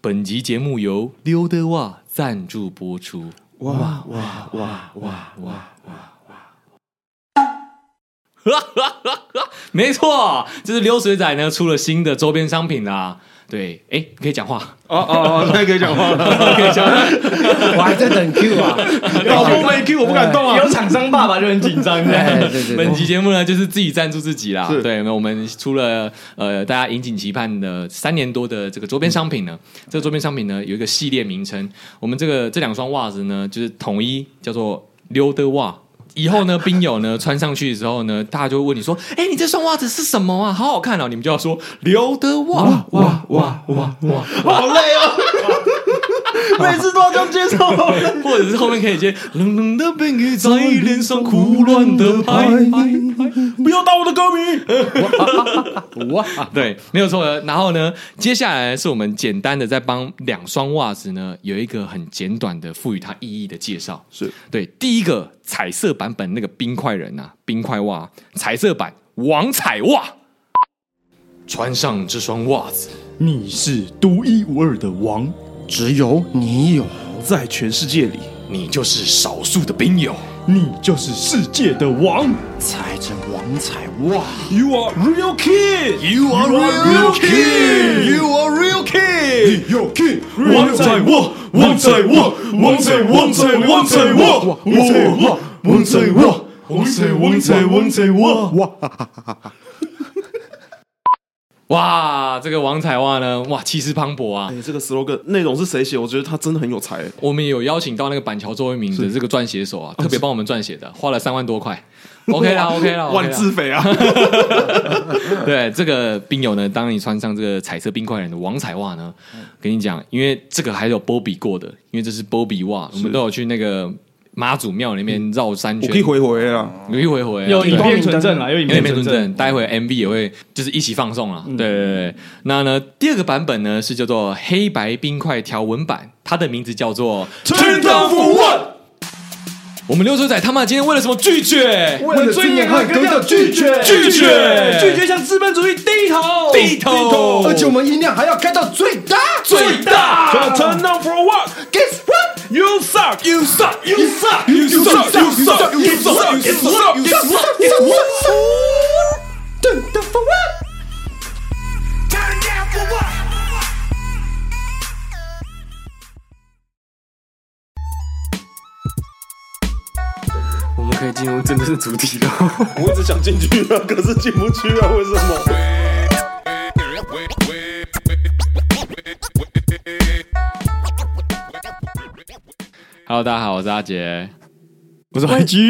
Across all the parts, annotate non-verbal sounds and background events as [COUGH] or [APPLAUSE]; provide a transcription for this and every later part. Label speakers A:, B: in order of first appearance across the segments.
A: 本集节目由溜得哇赞助播出。
B: 哇哇哇哇哇！
A: [LAUGHS] 没错，就是溜水仔呢出了新的周边商品啦。对，哎，可以讲话，
B: 哦哦哦，那可以讲话了。
A: 可以讲话。
C: [LAUGHS] 我还在等 Q 啊。
B: [LAUGHS] 老婆没 Q，我不敢动啊。
D: 有厂商爸爸就很紧张
C: 哎，
D: 的。
C: 对对
A: 本
C: 对，
A: 期节目呢，就是自己赞助自己啦
B: 是。
A: 对，那我们出了呃，大家引颈期盼的三年多的这个周边商品呢，这个周边商品呢有一个系列名称，我们这个这两双袜子呢，就是统一叫做溜的袜。以后呢，冰友呢穿上去之后呢，大家就会问你说：“哎、你这双袜子是什么啊？好好看哦！”你们就要说“溜的袜
B: 哇哇哇哇！好累哦，每次都要这样接受。”，
A: [LAUGHS] 或者是后面可以接“冷冷的冰雨在脸上胡乱的拍”，不要打我的歌迷。 [LAUGHS]
C: 哇，
A: 对，没有错的。然后呢，接下来是我们简单的在帮两双袜子呢有一个很简短的赋予它意义的介绍。
B: 是
A: 对，第一个彩色版本那个冰块人啊，冰块袜，彩色版王彩袜。穿上这双袜子，
B: 你是独一无二的王，
C: 只有你有。
B: 在全世界里，
A: 你就是少数的冰友。
B: 你就是世界的王。
C: 踩着王彩哇，
B: You are real king. You are real king. You are real king. Real king. 王在我，王在我，王在王在王在我，王在我，王在我，王在王在王在我。
A: 哇，这个王彩袜呢，哇，气势磅礴啊！
B: 哎，这个 slogan 内容是谁写？我觉得他真的很有才。
A: 我们有邀请到那个板桥周慧敏的这个撰写手啊，特别帮我们撰写的，花了三万多块。OK 啦，OK 啦，OK
C: 哦
A: 啦
B: 万字肥啊！
A: 对这个冰友呢，当你穿上这个彩色冰块人的王彩袜呢，跟你讲，因为这个还有波比过的，因为这是波比袜，我们都有去那个妈祖庙里面绕三圈，
B: 回回啊！
A: 有一回回啊
D: 有
A: 对
D: 影片存证啦，有影
A: 有点
D: 片
A: 没
D: 存
A: 存
D: 证。
A: 证，待会 MV 也会就是一起放送了。对对对，那呢第二个版本呢是叫做黑白冰块条纹版，它的名字叫做
B: Turn down for what？
A: 我们溜水仔他妈今天为了什么拒绝？
D: 为了尊严和格调拒绝，
A: 拒绝
D: 拒绝向资本主义低头，
A: 低头，
C: 而且我们音量还要开到最大。
A: 最大。
B: Turn down for what?
C: Guess what？
B: You suck, you suck, you suck, you suck, you suck, you suck, you suck, you suck.
C: 等等 for what？
E: Turn down for what?
D: 我们可以进入真正的主题了。
B: 我一直想进去啊，可是进不去啊，为什么？
A: Hello，大家好，我是阿杰。
B: 我是海基，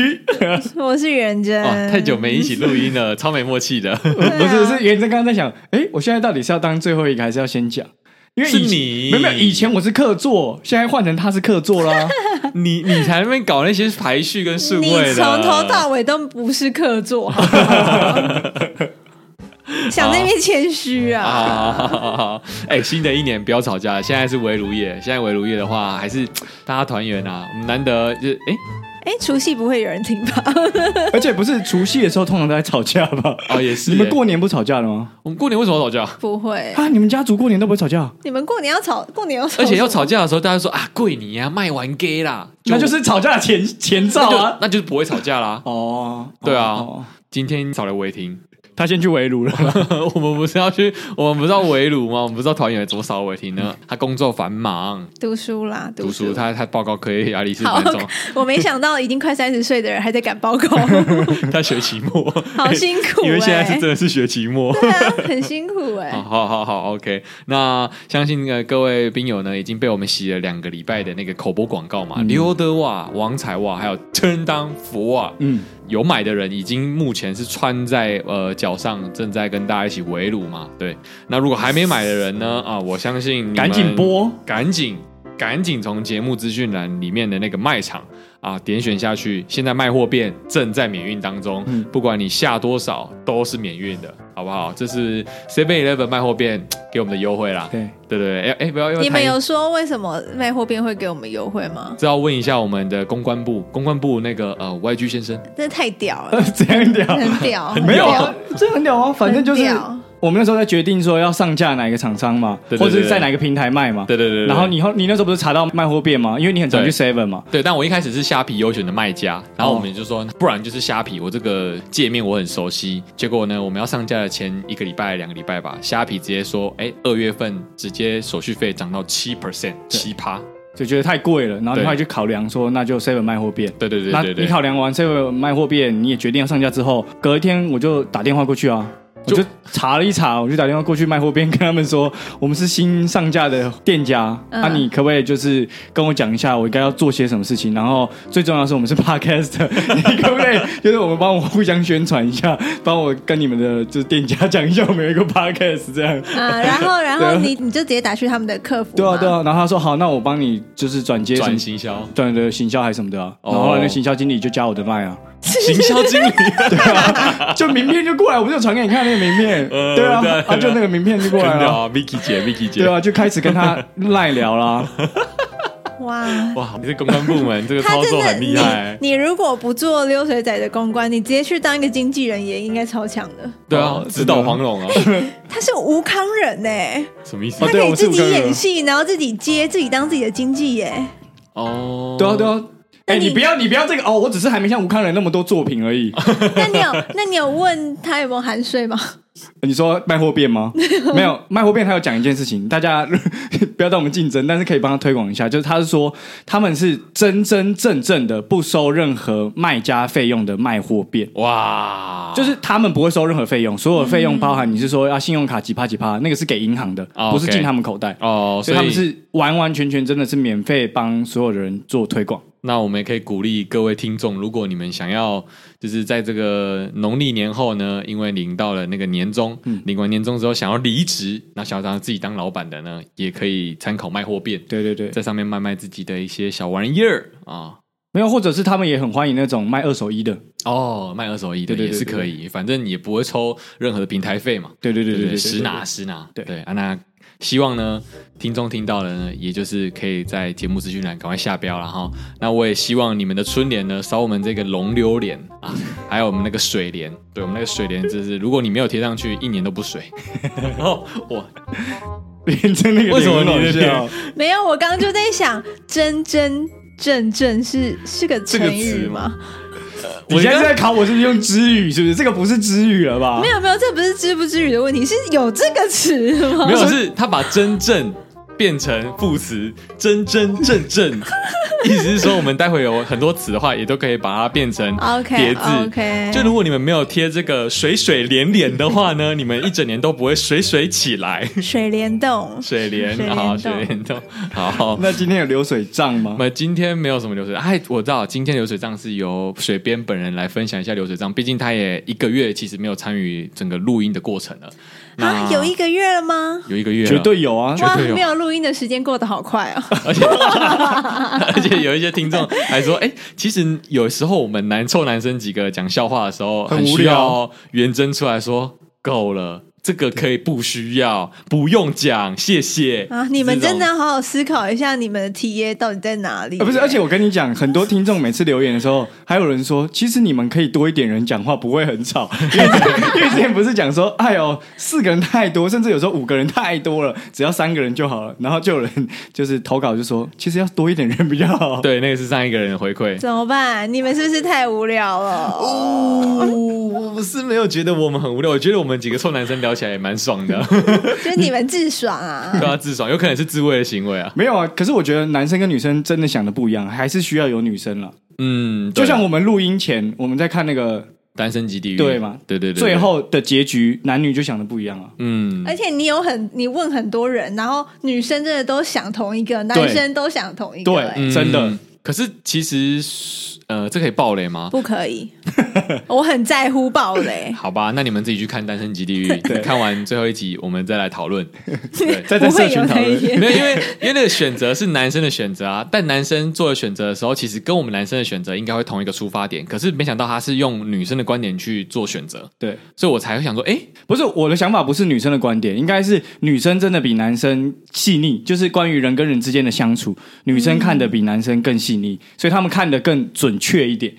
F: 我是元真，
A: 哦，太久没一起录音了，超没默契的。
F: 对啊
D: 不是，是元真刚刚在想，哎，我现在到底是要当最后一个，还是要先讲？因为
A: 是
D: 以前
A: 你
D: 没有没有，以前我是客座，现在换成他是客座啦。
A: [LAUGHS] 你你才那边搞那些排序跟顺
F: 你
A: 位的，
F: 从头到尾都不是
A: [LAUGHS]
F: 客座，好不好想那边谦虚啊。
A: 啊！好好好好哎，新的一年不要吵架，现在是围炉夜，现在围炉夜的话，还是大家团圆啊。我们难得就是哎
F: 哎，除夕不会有人听吧？
A: [LAUGHS]
D: 而且不是除夕的时候，通常都在吵架吧？
A: 哦也是
D: 你们
A: 耶
D: 过年不吵架了吗？
A: 我们过年为什么要吵架？
F: 不会，
D: 啊，你们家族过年都不会吵架？
F: 你们过年要吵，过年要吵，
A: 而且要。吵架的时候，大家说啊跪你啊，卖完 gay 啦，
D: 那就是吵架的前前
A: 那
D: 兆
A: 就
D: 啊。
A: 那就是不会吵架啦。
D: 哦，
A: 对啊
D: 哦
A: 今天吵来我也听，
D: 他先去围炉了。
A: [LAUGHS] 我们不是要去，我们不是要围炉吗？我们不是要团圆，怎么少我也听呢？
F: 嗯
A: 他工作繁忙，
F: 读书啦，
A: 读书，他他报告课业压力是
F: 啊好
A: 蛮重，，
F: 我没想到已经快三十岁的人还在赶
A: [LAUGHS]
F: 报告，
A: 他学期末， [LAUGHS]
F: 好辛苦
A: 因为现在是哦
F: 哎
A: 真的是学期末。
F: 对啊，很辛苦哎
A: 好。好好好，OK。那相信呃各位兵友呢，已经被我们洗了两个礼拜的那个口播广告
D: 嗯
A: 嘛，溜德袜、王彩袜，还有 Turn Down 福袜，
D: 嗯，
A: 有买的人已经目前是穿在呃脚上，正在跟大家一起围炉嘛。对，那如果还没买的人
D: [LAUGHS]
A: 呢，啊，我相信你们
D: 赶紧播，
A: 赶紧赶紧从节目资讯栏里面的那个卖场啊点选下去，现在卖货变正在免运当中，
D: 嗯
A: 不管你下多少都是免运的，好不好？这是 Seven Eleven 卖货变给我们的优惠啦，
D: 对，
A: 对对对，哎哎，不要，要
F: 你们
A: 谈一
F: 有说为什么卖货变会给我们优惠吗？
A: 这要问一下我们的公关部，公关部那个呃 YG 先生， [LAUGHS]
F: 真的太屌了，
D: [LAUGHS] 怎样屌？
F: 很屌，
D: [LAUGHS] 没有
F: 很屌
D: 啊，这很屌啊，反正就是
F: 很屌
D: 我我们那时候在决定说要上架哪一个厂商嘛，
A: 对对对
D: 或者是在哪个平台卖嘛。
A: 对对对对对
D: 然后你后你那时候不是查到卖货变吗？因为你很常去 Seven 嘛。
A: 对，但我一开始是虾皮优选的卖家，然后
D: 哦
A: 我们就说，不然就是虾皮，我这个界面我很熟悉。结果呢，我们要上架的前一个礼拜、两个礼拜吧，虾皮直接说，哎，二月份直接手续费涨到七 percent，七趴。
D: 就觉得太贵了，然后
A: 对
D: 你后来去考量说，那就 Seven 卖货变。
A: 对对对
D: 那
A: 对
D: 你
A: 对，
D: 考量完 Seven 卖货变，你也决定要上架之后，隔一天我就打电话过去啊，我
A: 就
D: 就查了一查，我就打电话过去卖货变，跟他们说我们是新上架的店家，那、
F: 嗯
D: 你可不可以就是跟我讲一下我应该要做些什么事情？然后最重要的是我 [LAUGHS] 们是 Podcast，你可不可以就是我们帮我互相宣传一下，帮我跟你们的就是店家讲一下我们有一个 Podcast 这样。
F: 啊，然后然
D: 对啊
F: 后你你就直接打去他们的客服嘛，
D: 对啊，对啊，然后他说好，那我帮你就是转接什么，
A: 转哦行销
D: 对对，行销还是什么的啊。然后后来那个行销经理就加我的麦啊，
A: 行销经 [LAUGHS] 理，
D: [LAUGHS] 就名片就过来，我不是有传给你看那个名片，
A: 呃
D: 对啊
A: 对啊，
D: 啊就那个名片就过
A: 真
D: 来
A: 的
D: 了，
A: 啊，Vicky 姐，Vicky 姐，
D: 对啊，就开始跟
A: [LAUGHS]
D: 他赖聊啦。
F: 哇，
A: 哇，你是公关部门，这个
F: 他
A: 操
F: 真
A: 作
F: 的
A: 很厉害。
F: 你。你如果不做溜水仔的公关，你直接去当一个经纪人也应该超强的。
A: 对啊
D: 哦，
A: 指导黄龙啊，
F: 他是吴康人呢、
A: 什么意思
F: 他？可
D: 对啊
F: 以
D: 我是
F: 自
D: 吴
F: 己
D: 康人
F: 演戏，然后自己接，自己当自己的经纪耶、
A: 哦，
D: 对啊，对啊。哎，
F: 那你
D: 你不要，你不要这个哦！我只是还没像吴康仁那么多作品
A: [LAUGHS]
D: 而已。
F: 那你有那你有问他有没有含税吗？ [LAUGHS]
D: 你说卖货变吗？没有，卖货变他有讲一件事情，大家 [LAUGHS] 不要当我们竞争，但是可以帮他推广一下。就是他是说他们是真真正正的不收任何卖家费用的卖货变。
A: 哇，
D: 就是他们不会收任何费用，所有费
F: 嗯
D: 用包含你是说啊，信用卡几趴几趴，那个是给银行的，
A: 哦
D: 不是
A: OK
D: 进他们口袋。
A: 哦，
D: 所以他们是完完全全真的是免费帮所有的人做推广。
A: 那呃我们也可以鼓励各位听众，如果你们想要就是在这个农历年后呢，因为领到了那个年终，领完年终之后想要离职，那想要当自己当老板的呢，也可以参考卖货变，
D: 对对对，
A: 在上面卖卖自己的一些小玩意儿啊。
D: 没有，或者是他们也很欢迎那种卖二手衣的。
A: 哦，卖二手衣的
D: 对对对
A: 也是可以，反正也不会抽任何的平台费嘛。
D: 对对对对对，
A: 实
D: 对
A: 拿。实拿。
D: 对
A: 对啊，那希望呢，听众听到了呢，也就是可以在节目资讯栏赶快下标了哈。那我也希望你们的春联呢，烧我们这个龙榴莲
D: [LAUGHS]
A: 啊，还有我们那个水莲，对我们那个水莲，就是如果你没有贴上去，一年都不水。
D: [LAUGHS]
A: 然后我
D: 对真那个
A: 为什么
D: 脸很
A: 你的
D: 好笑
F: 没有，我刚刚就在想，真真正正是是个成语吗？
D: 你现在是在考我是不是用知语？是不是这个不是知语了吧
F: 没？有没有，这不是知不知语的问题，是有这个词
A: [LAUGHS]
F: 吗 [LAUGHS]
A: 没？有，是他把真正。变成副词，真真正正，
F: [LAUGHS]
A: 意思是说我们待会有很多词的话，也都可以把它变成
F: OK，
A: 叠字。
F: OK
A: 就如果你们没有贴这个水水连连的话呢，你们一整年都不会水水起
F: [LAUGHS]
A: 来。
F: 水帘洞，
A: 水莲
F: 水莲
A: 好，
F: 洞
A: 水莲洞好。
D: 那今天有流水账吗
A: 我？们今天没有什么流水账，哎，我知道今天流水账是由水边本人来分享一下流水账，毕竟他也一个月其实没有参与整个录音的过程了，
F: 啊，有一个月了吗？
A: 有一个月了
D: 绝对有啊！
F: 哇，
A: 对有
F: 没有录音的时间过得好快哦。
A: 而且 [LAUGHS] 而且有一些听众还说，哎、其实有时候我们男臭男生几个讲笑话的时候，
D: 很
A: 很
D: 无
A: 需
D: 聊
A: 要元真出来说够了。这个可以不需要，不用讲，谢谢
F: 啊，你们
A: 这种
F: 真的好好思考一下，你们的 T A 到底在哪里、啊
D: 呃，不是，而且我跟你讲，很多听众每次留言的时候，还有人说，其实你们可以多一点人讲话，不会
A: [LAUGHS]
D: 很吵。因为因为之前不是讲说，哎呦，四个人太多，甚至有时候五个人太多了，只要三个人就好了。然后就有人就是投稿就说，其实要多一点人比较
A: [LAUGHS]
D: 好。
A: 对，那个是上一个人的回馈。
F: 怎么办？你们是不是太无聊了？
A: 哦，我不是没有觉得我们很无聊，我觉得我们几个臭男生聊起来也蛮爽 [LAUGHS] 的，
F: 就是你们自爽啊！
A: [LAUGHS] 对啊，自爽，有可能是自慰的行为啊。
D: 没有啊，可是我觉得男生跟女生真的想的不一样，还是需要有女生了。
A: 嗯，对
D: 就像我们录音前，我们在看那个
A: 单身级地狱，
D: 对嘛，
A: 对对对，
D: 最，后的结局，男女就想的不一样啊。
A: 嗯，
F: 而且你有很，你问很多人，然后女生真的都想同一个，男生都想同一个、
D: 对
F: 哎
A: 嗯
D: 真的。
A: 可是其实，呃，这可以爆雷吗？
F: 不可以。我很在乎爆
D: [LAUGHS]
F: 雷，
A: 好吧，那你们自己去看《单身级地狱》
D: 对，
A: 看完最后一集，我们再来讨论。对，
D: 在在
F: 不
D: 社
F: 会
D: 群
F: 有
D: 讨
F: 那一
D: 论，
A: [LAUGHS]
F: 天。
A: 没有，因
D: [LAUGHS]
A: 为因为那个选择是男生的选择啊，但男生做的选择的时候，其实跟我们男生的选择应该会同一个出发点，可是没想到他是用女生的观点去做选择，
D: 对。
A: 所以我才会想说，哎、
D: [LAUGHS] 不是我的想法，不是女生的观点，应该是女生真的比男生细腻，就是关于人跟人之间的相处，女生看的比男生更细细腻，
A: 嗯
D: 所以他们看得更准确一点。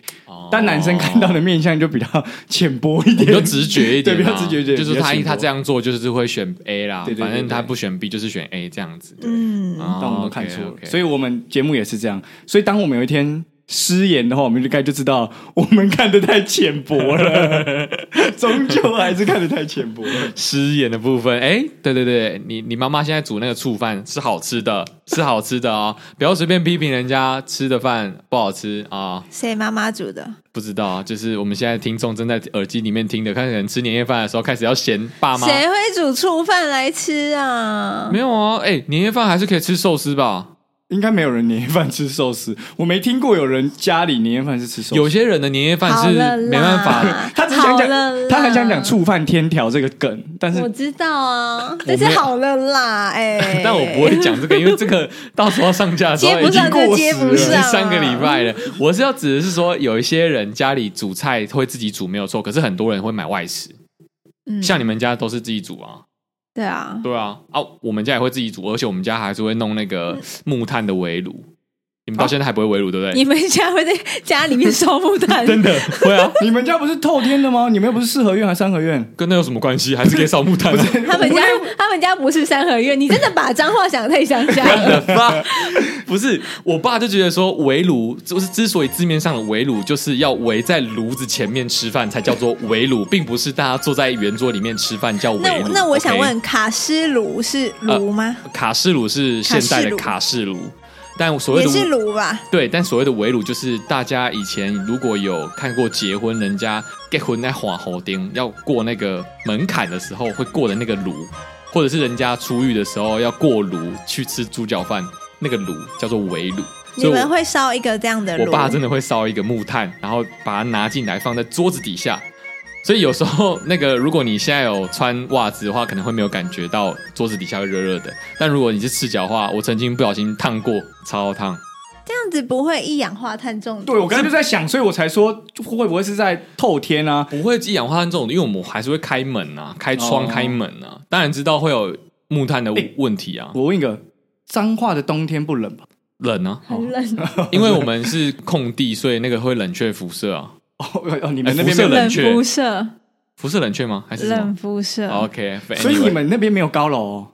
D: 但男生看到的面相就比较浅薄一点，
A: 哦比较直觉一点啊，
D: 对，比较直觉一点，
A: 就是他
D: 比较浅薄
A: 他这样做就是会选 A 啦
D: 对，对对
A: 反正他
D: 对
A: 不选 B 就是选 A 这样子。
F: 嗯，
A: 哦
D: 但我们都看错了。
A: OK，OK
D: 所以我们节目也是这样。所以当我们有一天失言的话，我们就该就知道我们看得太浅
A: [LAUGHS]
D: 薄了，终究还是看得太浅薄了。
A: 失言的部分，哎，对对对，你你妈妈现在煮那个醋饭是好吃的，是好吃的哦，不要随便批评人家吃的饭不好吃啊、
F: 谁妈妈煮的？
A: 不知道，啊就是我们现在听众正在耳机里面听的，看可能吃年夜饭的时候开始要嫌爸妈。
F: 谁会煮醋饭来吃啊？
A: 没有啊，哎、年夜饭还是可以吃寿司吧？
D: 应该没有人年夜饭吃寿司， [LAUGHS] 我没听过有人家里年夜饭是吃寿司。
A: 有些人的年夜饭
F: 好
A: 是
F: 了啦
A: 没办法，
D: 他只想
F: 好
D: 讲
F: 了啦，
D: 他很想讲触犯天条这个梗，但是
F: 我知道啊，
A: 没有
F: 但是好了啦，
A: [LAUGHS]
F: 哎、
A: 但我不会讲这个，因为这
F: [LAUGHS]
A: 个到时候上架的时候
F: 接不
A: 已经
F: 上，
A: 过
F: 这
A: 时
F: 接
A: 了
F: 不
A: 已经
F: 上，啊
A: 三个礼。拜了。我是要指的是说，有一些人家里煮菜会自己煮没有错，可是很多人会买外食，
F: 嗯
A: 像你们家都是自己煮啊。
F: 对啊，
A: 对啊，啊，我们家也会自己煮，而且我们家还是会弄那
F: 嗯
A: 个木炭的围炉。你们到现在还不会围炉， [LAUGHS] 对不对？
F: 啊你们家会在家里面烧木
A: [LAUGHS]
F: 炭？
A: 真的会啊，
D: 你们家不是透天的吗？你们又不是四合院还是三合院？
A: 跟那有什么关系？还是可以烧木炭啊。
F: 他们家他们家不是三合院，你真的把脏话想得太乡下
A: [LAUGHS]
F: 了。
A: 爸，不是我爸就觉得说围炉就是之所以字面上的围炉，就是要围在炉子前面吃饭才叫做围炉，并不是大家坐在圆桌里面吃饭叫
F: 那
A: 围炉。
F: 那我想
A: OK？
F: 问，卡斯炉是炉吗？
A: 卡式炉是现代的卡
F: 卡
A: 式炉，但所谓
F: 也
A: 的
F: 是炉吧？
A: 对，但所谓的围炉就是大家以前如果有看过结婚，人家结婚在划猴丁要过那个门槛的时候会过的那个炉，或者是人家出狱的时候要过炉去吃猪脚饭，那个炉叫做围炉。
F: 你
A: 所以
F: 们
A: 我
F: 会烧一个这样的炉？
A: 我爸真的会烧一个木炭，然后把它拿进来放在桌子底下。所以有时候那个，如果你现在有穿袜子的话，可能会没有感觉到桌子底下会热热的。但如果你是赤脚的话，我曾经不小心烫过，超烫。
F: 这样子不会一氧化碳中毒？
D: 对，我刚才就在想，所以我才说会不会是在透天啊？
A: 不会一氧化碳中毒，因为我们还是会开门啊，开窗、
D: 哦
A: 开门啊。当然知道会有木炭的
D: 哎
A: 问题啊，
D: 我问一个，彰化的冬天不冷吧？
A: 冷啊，
D: 哦
F: 很 [LAUGHS] 冷，
A: 因为我们是空地，所以那个会冷却辐射啊。
D: 哦哦，你们
A: 哎辐
D: 那
A: 射
D: 边没有
A: 冷
F: 冷
A: 却
F: 辐射，
A: 辐射冷却吗？还哦是什么
F: 冷辐射。
A: ？OK，
D: 所以你们那边没有高楼、哦，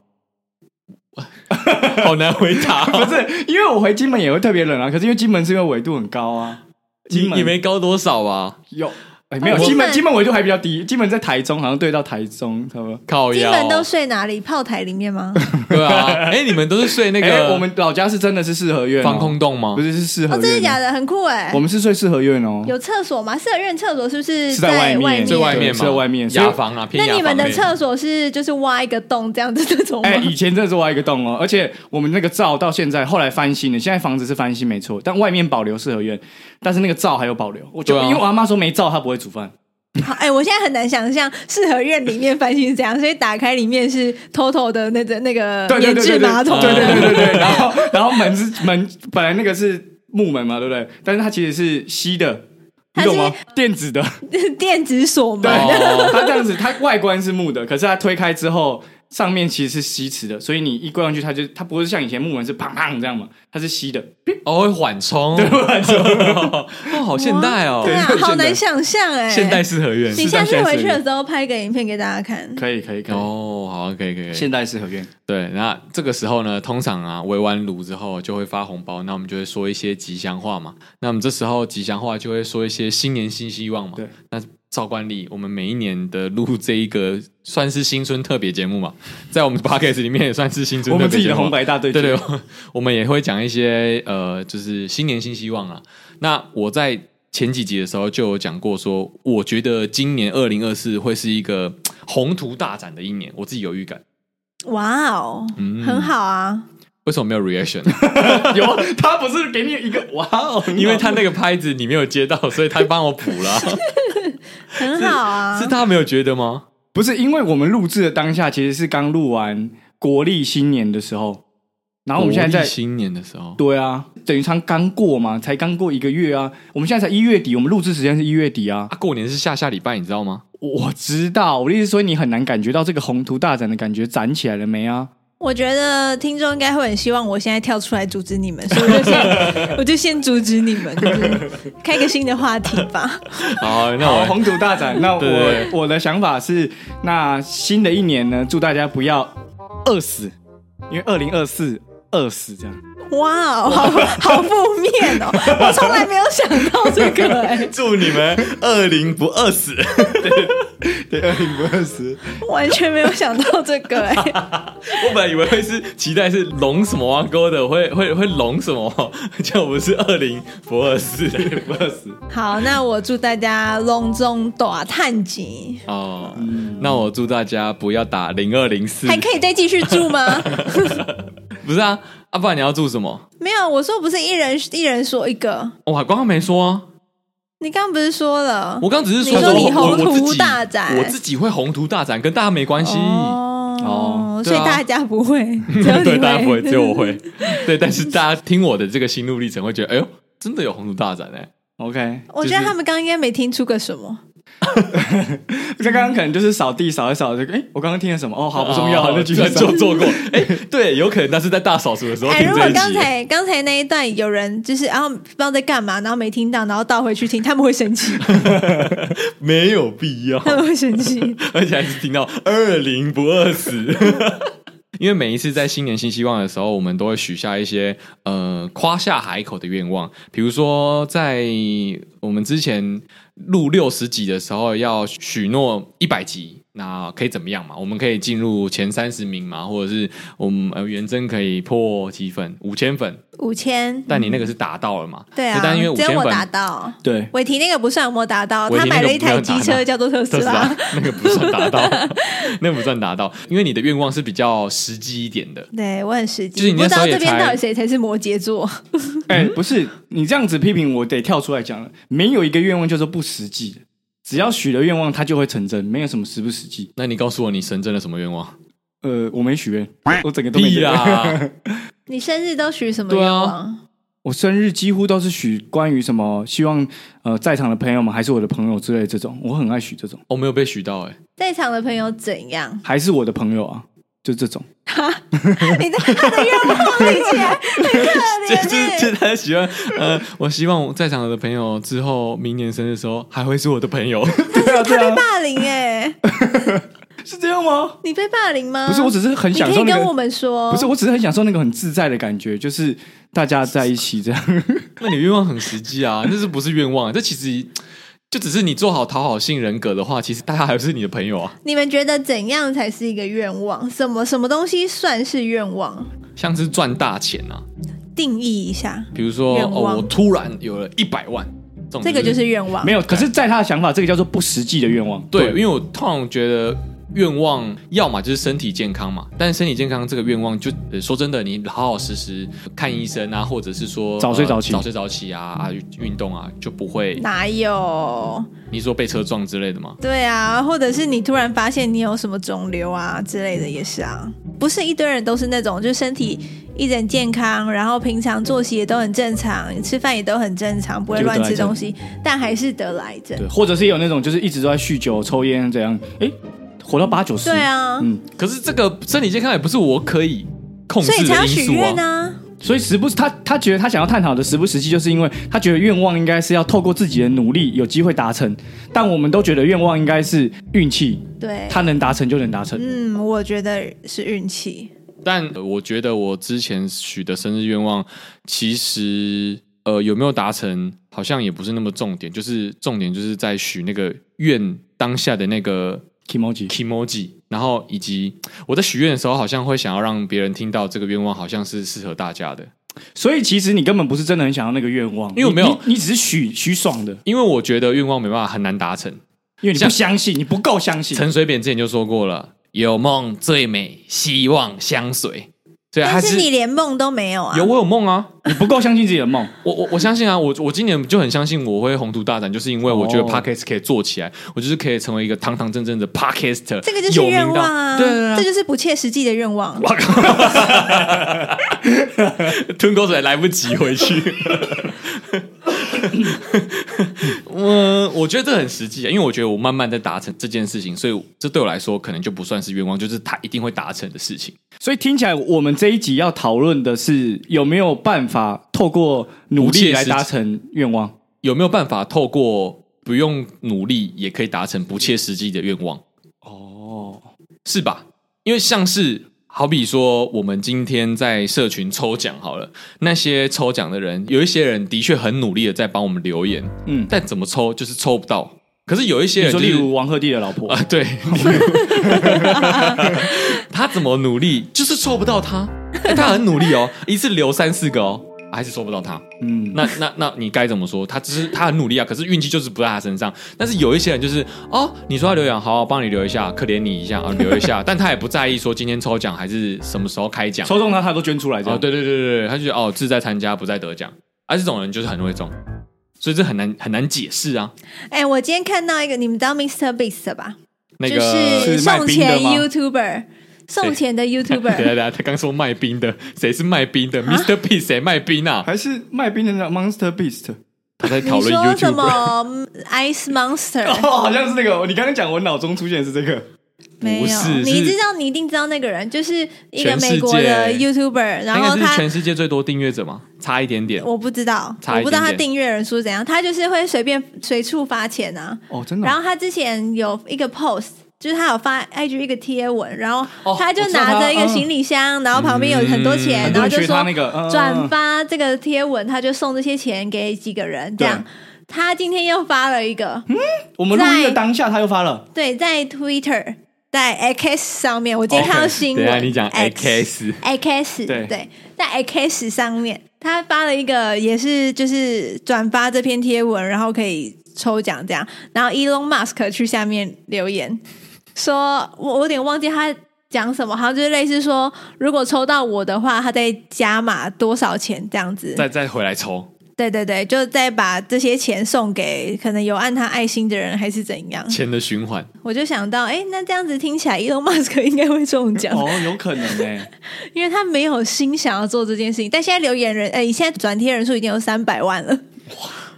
A: 好难回答、啊
D: [LAUGHS] 不是？因为我回金门也会特别冷啊，可是因为金门是因为纬度很高啊，
A: 你
D: 金门
A: 你没高多少啊吧？
D: 有。哎，没有，
F: 哦
D: 金
F: 金
D: 门
F: 门
D: 金门纬度还比较低，金门在台中，好像对到台中，差不多。
A: 靠
F: 金
A: 腰，
F: 门都睡哪里？炮台里面吗？
A: 对啊。哎、你们都是睡那
D: 哎、
A: 个
D: 我们老家是真的是四合院、哦，
A: 防空洞吗
D: 不？是是四合
F: 哦，
D: 院、
F: 真的假的？很酷哎
D: 我！们是睡四合院哦，
F: 有厕所吗？四合院厕所是不是
D: 是在外
F: 外
D: 面
A: 最外面
D: 对
A: 嘛，
D: 是在外面所以
A: 雅房啊，偏
F: 那
A: 雅房
F: 你们的
A: 类
F: 厕所是就是挖一个洞这样子那种吗？
D: 哎、以前真的是挖一个洞哦，而且我们那个灶到现在后来翻新了，现在房子是翻新没错，但外面保留四合院，但是那个灶还有保留。我就、
A: 对啊
D: 因为我阿妈说没灶她不会煮饭，
F: 好哎、我现在很难想象四合院里面翻新是怎样，所以打开里面是偷偷的那个那个
D: 对对
F: 免
D: 对
F: 治
D: 对对，
F: 马桶，
D: 对对对对对。然后然后门是门，本来那个是木门嘛，对不对？但是它其实是吸的，你
F: 它是
D: 懂吗？电子的，
F: [LAUGHS] 电子锁门
D: 对， [LAUGHS]
A: 哦
D: 它这样子，它外观是木的，可是它推开之后。上面其实是吸磁的，所以你一关上去，它就它不是像以前木门是砰砰这样嘛，它是吸的，
A: 哦，会缓冲，对，缓冲， [LAUGHS] 哦，好现代哦，
F: 对啊
D: 对，
F: 好
D: 现代
F: 难想象哎、
A: 现代四合院
F: 你
D: 是这
F: 下
D: 样
F: 次
D: 现在
F: 回
D: 是嗯
F: 去的时候拍个影片给大家看。
D: 可以可以可以，
A: 哦，好，可以可以，可以
D: 现代四合院。
A: 对，那这个时候呢，通常啊，围完炉之后就会发红包，那我们就会说一些吉祥话嘛。那我们这时候吉祥话就会说一些新年新希望嘛。
D: 对，
A: 那照惯例，我们每一年的录这一个算是新春特别节目嘛，在我们 podcast 里面也算是新春
D: 我
A: 特
D: 们
A: 别
D: 自己
A: 节
D: 的
A: 目
D: 红白大队，
A: 对对，我 [LAUGHS] 我们也会讲一些呃，就是新年新希望啊。那我在前几集的时候就有讲过说，我觉得今年二零二四会是一个嘖宏图大展的一年，我自己有预感。嗯
F: 哇哦，
D: 嗯
F: 很好啊！
A: 为什么没有 reaction？
D: 有他不是给你一个哇哦，
A: 因为他那个拍子你没有接到，所以他帮我补了啊、
F: 很好啊，
A: 是他没有觉得吗？
D: 不是因为我们录制的当下其实是刚录完国历新年的时候，然后我们现在
A: 国历
D: 在
A: 新年的时候，
D: 对啊，等于他刚过嘛，才刚过一个月啊，我们现在才一月底，我们录制时间是一月底啊，
A: 啊，过年是下下礼拜，你知道吗？
D: 我知道，我的意思是说你很难感觉到这个宏图大展的感觉展起来了没啊？
F: 我觉得听众应该会很希望我现在跳出来阻止你们，所以
D: [LAUGHS]
F: 我就先我就先阻止你们，就是开个新的话题吧。
A: 好，那
D: 好，
A: 我
D: 宏图大 [LAUGHS] 展。那
A: 对对
D: 我我的想法是，那新的一年呢，祝大家不要饿死，因为二零二四饿死这样。
F: 哇哦，好好负面哦，我从来没有想到这个哎、
B: 祝你们二零不饿死。
D: 对，二零不饿死。
F: 完全没有想到这个
A: [LAUGHS]
F: 哎、
A: 我本来以为会是期待是龙什么挖沟的，会会会龙什么， [LAUGHS] 就不是二零不二四不二四
F: 好，那我祝大家隆中短探景，
A: [LAUGHS] 哦。那我祝大家不要打零二零四，
F: 还可以再继续住吗？
A: [LAUGHS] 不是啊，啊，不然你要祝什么？
F: 没有，我说不是一人一人说一个，
A: 我还刚刚没说啊，
F: 你刚刚不是说了？
A: 我刚刚只是说
F: 你说你
A: 我我
F: 宏
A: 我自
F: 图
A: 己
F: 大展
A: 我自己会宏图大展，跟大家没关系。
F: 哦
A: 哦，
F: 所
A: 对
F: 以
A: 啊
F: 大家不会，
A: [LAUGHS]
F: 只有你
A: 对，大家不会，只有我会。 [LAUGHS] 对，但是大家听我的这个心路历程，会觉得，哎呦，真的有宏图大展哎、
D: OK，
F: 我觉得他们刚刚应该没听出个什么，
D: 这刚刚可能就是扫地扫一扫，就哎，我刚刚听了什么？哦，好不重
A: 啊
D: 要，那继续扫
A: 做。做过。 [LAUGHS] 哎，对，有可能那是在大扫除的时候
F: 哎、
A: 听
F: 如
A: 这
F: 果
A: 一
F: 刚
A: 集。
F: 才刚才那一段有人就是然后不知道在干嘛，然后没听到，然后倒回去听，他们会生气，
A: 没有必要，
F: 他们会生
A: [LAUGHS]
F: 气。
A: 而且还是听到二零不二
F: [LAUGHS]
A: 十。因为每一次在新年新希望的时候，我们都会许下一些呃夸下海口的愿望，比如说在我们之前录六十集的时候，要许诺一百集，那可以怎么样嘛？我们可以进入前三十名嘛，或者是我们呃元真可以破几粉五千粉，
F: 五千，
A: 但你那个是达到了嘛？
F: 对啊，
A: 但因为五
F: 只有
A: 千
F: 我
A: 粉
F: 达到。
D: [LAUGHS] 对，
F: 伟霆那个不算有没有达到，
A: 伟
F: 他
A: 霆
F: 买
A: 那个
F: 了一台
A: 不算
F: 机
A: 有达到 [LAUGHS]
F: 车叫做特斯
A: 特斯
F: 拉
A: 拉。那个不算达到， [LAUGHS] 那个不算达到，因为你的愿望是比较实际一点的。
F: 对我很实
A: 就
F: 际，
A: 是你
F: 不
A: 那
F: 知
A: 时
F: 道
A: 候也
F: 这边
A: 才
F: 到底谁才是摩
A: [LAUGHS]
F: 羯座。
D: 哎，不是你这样子批评我，得跳出来讲了。没有一个愿望叫做不实际的，只要许了愿望，它就会成真，没有什么实不实际。
A: 那你告诉我，你神真了什么愿望？
D: 呃，我没许愿，我整个都没
A: 屁啊
D: 许 [LAUGHS] 愿。
A: [LAUGHS] 啦！
F: 你生日都许什么
A: 对
F: 愿
A: 啊
F: 望？
D: 我生日几乎都是许关于什么，希望呃在场的朋友们还是我的朋友之类的这种，我很爱许这种，
A: 我没有被许到哎、
F: 在场的朋友怎样？哎
D: 还是我的朋友啊，就这种。
F: 你的他的愿望理解很可
A: 这 [LAUGHS] 就是啊
F: 怜
A: 就
F: 欸。
A: 是他喜欢呃，我希望在场的朋友之后明年生日的时候还会是我的朋友。 [LAUGHS]
D: 对啊，
F: 他
D: 对
F: 被
D: 啊，
F: 霸凌哎、
D: 是这样吗？
F: 你被霸凌吗？
D: 不是，我只是很
F: 你
D: 享
F: 可
D: 受
F: 以
D: 那
F: 跟我
D: 个，
F: 们说，
D: 不是，我只是很享受那个很自在的感觉，就是大家在一起这样。 [LAUGHS]
A: 那你愿望很实际啊，这是不是愿望？这其实就只是你做好讨好性人格的话，其实大家还是你的朋友啊。
F: 你们觉得怎样才是一个愿望？什么什么东西算是愿望？
A: 像是赚大钱啊，
F: 定义一下，
A: 比如说
F: 愿
A: 哦，
F: 望
A: 我突然有了一百万，这种
F: 这个就是愿望。
D: 没有，可是，在他的想法，这个叫做不实际的愿望。
A: 对，因为我通常觉得愿望要么就是身体健康嘛，但是身体健康这个愿望就，呃说真的，你老老实实看医生啊，或者是说
D: 早睡早起
A: 呃早睡早起啊啊运动啊，就不会
F: 哪有？
A: 你说被车撞之类的嘛。
F: 对啊，或者是你突然发现你有什么肿瘤啊之类的，也是啊。不是一堆人都是那种，就身体一直很健康，然后平常作息也都很正常，吃饭也都很正常，不会
D: 结果
F: 乱
D: 得
F: 吃
D: 癌症
F: 东西，但还是得了癌症。
D: 对，或者是有那种就是一直都在酗酒、抽烟这样，诶，活到八九十。
F: 对啊，
D: 嗯，
A: 可是这个身体健康也不是我可以控制
F: 所以才
A: 的
F: 要
A: 因
F: 许
A: 素
F: 愿
A: 啊。
F: 啊。
D: 所以时不时他他觉得他想要探讨的时不时际，就是因为他觉得愿望应该是要透过自己的努力有机会达成，但我们都觉得愿望应该是运气，
F: 对，
D: 他能达成就能达成。
F: 嗯，我觉得是运气。
A: 但呃我觉得我之前许的生日愿望，其实呃有没有达成，好像也不是那么重点，就是重点就是在许那个愿当下的那个
D: Kimoji，
A: emoji，然后以及我在许愿的时候，好像会想要让别人听到这个愿望，好像是适合大家的，
D: 所以其实你根本不是真的很想要那个愿望，
A: 因为我没有
D: 你，你你只是许许爽的，
A: 因为我觉得愿望没办法很难达成。
D: 因为你不
A: 像
D: 相信，你不够相信。
A: 陈水扁之前就说过了，有梦最美，希望相随，所以
F: 但
A: 还
F: 是你连梦都没有啊！
A: 有我有梦啊，
D: 你不够相信自己的梦，
A: 我我我相信啊，我我今年就很相信我会宏图大展，就是因为我觉得 podcast 可以做起来，我就是可以成为一个堂堂正正的 podcaster，
F: 这个就是
A: 有名
F: 愿
A: 到
F: 望啊，
A: 对对
F: 这
A: 对
F: 就是不切实际的愿望。
A: [LAUGHS] 对，吞口水来不及回去。我呃，我觉得这很实际啊，因为我觉得我慢慢在达成这件事情，所以这对我来说可能就不算是愿望，就是他一定会达成的事情。
D: 所以听起来，我们这一集要讨论的是有没有办法透过努力来达成愿望。
A: 有没有办法透过不用努力也可以达成不切实际的愿望？
D: 哦，
A: 是吧？因为像是好比说，我们今天在社群抽奖好了，那些抽奖的人，有一些人的确很努力的在帮我们留言，
D: 嗯，
A: 但怎么抽就是抽不到。可是有一些
D: 你
A: 人、就
D: 说
A: 是，
D: 例如王鹤棣的老婆
A: 啊，，
D: [LAUGHS]
A: 对，他怎么努力就是抽不到
D: [LAUGHS]
A: 他，哎他很努力哦，一次留三四个哦，还是抽不到他。
D: 嗯，
A: 那那那你该怎么说？他只是他很努力啊，可是运气就是不在他身上。但是有一些人就是哦，你说他留言，好，我帮你留一下，可怜你一下啊，留一
D: [LAUGHS]
A: 下，但他也不在意说今天抽奖还是什么时候开奖。
D: 抽中他他都捐出来，这
A: 哦，
D: 样
A: 对对对对对，他就觉得哦，志在参加，不在得奖。啊，这种人就是很会中，所以这很难很难解释啊。
F: 哎、我今天看到一个，你们知道 Mr. Beast 吧？
A: 那个
F: 就是
D: 是卖
F: 送
D: 冰的
F: 钱
D: 吗
F: YouTuber，送钱的
A: 等一下 [LAUGHS]
F: YouTuber，
A: 等一下，他刚说卖冰的，谁是卖冰的？Mr.
F: 啊
A: P 谁卖冰啊？
D: 还是卖冰的那 Monster Beast。
A: 他在讨
F: 你
A: 论
F: 说什
A: YouTube，
F: 么 Ice Monster？、
D: [LAUGHS] 哦，好像是那个，你刚刚讲，我脑中出现的是这个。
F: 没有
A: 不是，
F: 你
A: 是
F: 知道，你一定知道那个人，就是一个
A: 全世
F: 美国的
A: 界
F: YouTuber，然
A: 他
F: 后
A: 应该是
F: 他
A: 全世界最多订阅者嘛，差一点点。
F: 我不知道，
A: 差一点点
F: 我不知道他订阅人数怎样，他就是会随便随处发钱啊。
D: 哦，真的哦。
F: 然后他之前有一个 post。就是他有发 IG 一个贴文，然后
A: 哦
F: 他就
D: 我知道他
F: 拿着一个
D: 嗯
F: 行李箱，然后旁边有很多钱，
D: 很
F: 然
D: 多
F: 后
D: 人
F: 就
D: 学
F: 说
D: 他那个嗯
F: 转发这个贴文，他就送这些钱给几个人这样
D: 对。
F: 他今天又发了一个，
A: 嗯
D: 我们录音的当下他又发 [LAUGHS] 了，
F: 对，在 Twitter 在 X 上面，我今天看
A: 哦
F: 到
A: OK，
F: 新
A: 等一下
F: 闻，
A: 你讲 X
F: X X
D: 对
F: 对，在 X 上面，他发了一个也是就是转发这篇贴文，然后可以抽奖这样，然后 Elon Musk 去下面留言说，我我有点忘记他。讲什么？好像就是类似说，如果抽到我的话，他再加码多少钱这样子。
A: 再再回来抽，
F: 对对对，就再把这些钱送给可能有按他爱心的人，还是怎样？
A: 钱的循环。
F: 我就想到，哎、那这样子听起来，Elon Musk 应该会中奖，
D: 哦，有可能 [LAUGHS] 呢。
F: 因为他没有心想要做这件事情。但现在留言人，哎、现在转贴人数已经有三百万了。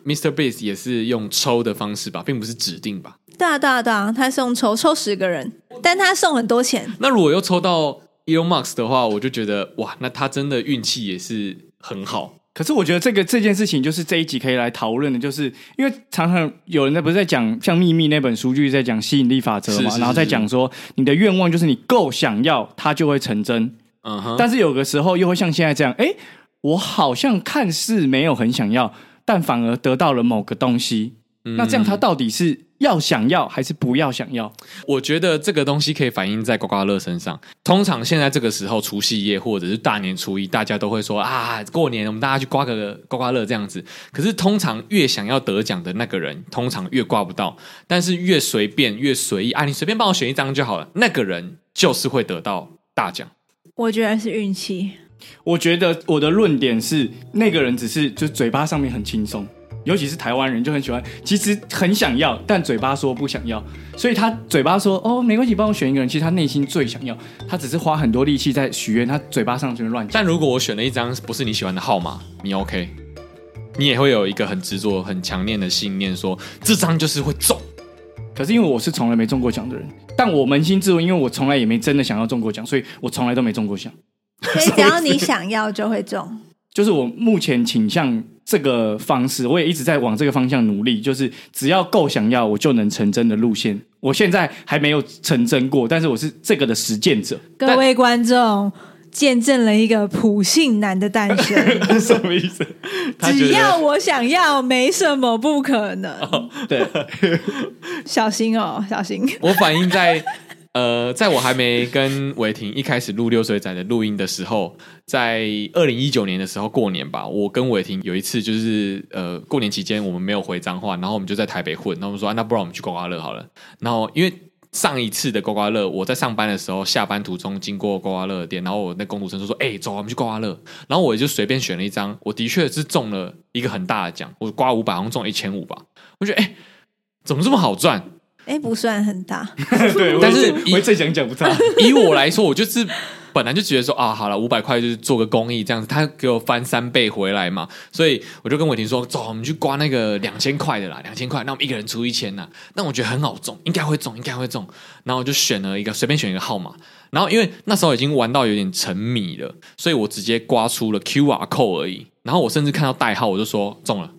A: Mr. Beast 也是用抽的方式吧，并不是指定吧。
F: 对啊，对啊，对啊，他送抽抽十个人，但他送很多钱。
A: 那如果又抽到 Elon Musk 的话，我就觉得哇，那他真的运气也是很好。
D: 可是我觉得这个这件事情，就是这一集可以来讨论的，就是因为常常有人在不是在讲像《秘密》那本书，就是在讲吸引力法则嘛，
A: 是是是
D: 然后在讲说你的愿望就是你够想要，它就会成真。
A: 嗯哼，
D: 但是有的时候又会像现在这样，哎，我好像看似没有很想要，但反而得到了某个东西。那这样他到底是要想要还是不要想要？
A: 我觉得这个东西可以反映在刮刮乐身上。通常现在这个时候，除夕夜或者是大年初一，大家都会说啊，过年我们大家去刮个刮刮乐这样子。可是通常越想要得奖的那个人，通常越刮不到。但是越随便越随意啊，你随便帮我选一张就好了，那个人就是会得到大奖。
F: 我觉得是运气，
A: [LAUGHS]
D: 我觉得我的论点是，那个人只是就是嘴巴上面很轻松，尤其是台湾人就很喜欢，其实很想要，但嘴巴说不想要，所以他嘴巴说哦没关系，帮我选一个人，其实他内心最想要，他只是花很多力气在许愿，他嘴巴上就是乱讲。
A: 但如果我选了一张不是你喜欢的号码，你 OK，你也会有一个很执着、很强烈的信念说，这张就是会中。
D: 可是因为我是从来没中过奖的人，但我扪心自问，因为我从来也没真的想要中过奖，所以我从来都没中过奖。
F: 所以只要你想要就会中。
D: 就是我目前倾向这个方式，我也一直在往这个方向努力。就是只要够想要，我就能成真的路线。我现在还没有成真过，但是我是这个的实践 [LAUGHS] 者。
F: 各位观众见证了一个普信男的诞生，
D: 什么意思？
A: [LAUGHS] 他觉
F: 只
A: 得
F: 要
A: 哦
F: 我想要，没什么不可能。
D: 对，
F: 小心哦，小心。
A: [LAUGHS] 我反映在。呃，在我还没跟伟霆一开始录《六水仔》的录音的时候，在二零一九年的时候过年吧，我跟伟霆有一次就是呃过年期间我们没有回彰化，然后我们就在台北混，然后我们说、啊、那不然我们去刮刮乐好了。然后因为上一次的刮刮乐，我在上班的时候下班途中经过刮刮乐的店，然后我那工读生就说：“哎、走啊，我们去刮刮乐。”然后我就随便选了一张，我的确是中了一个很大的奖，我刮五百，好像中了一千五吧。我觉得哎、怎么这么好赚？
F: 哎、不算很大，
D: [LAUGHS] 对。
A: 但是
D: 我也正想讲不差。
A: 以我来说，我就是本来就觉得说啊，好了，五百块就是做个公益这样子，他给我翻三倍回来嘛，所以我就跟伟霆说，走，我们去刮那个两千块的啦，两千块，那我们一个人出一千呐，那我觉得很好中，应该会中，应该会中，然后我就选了一个随便选一个号码，然后因为那时候已经玩到有点沉迷了，所以我直接刮出了 QR code 而已，然后我甚至看到代号我就说中了，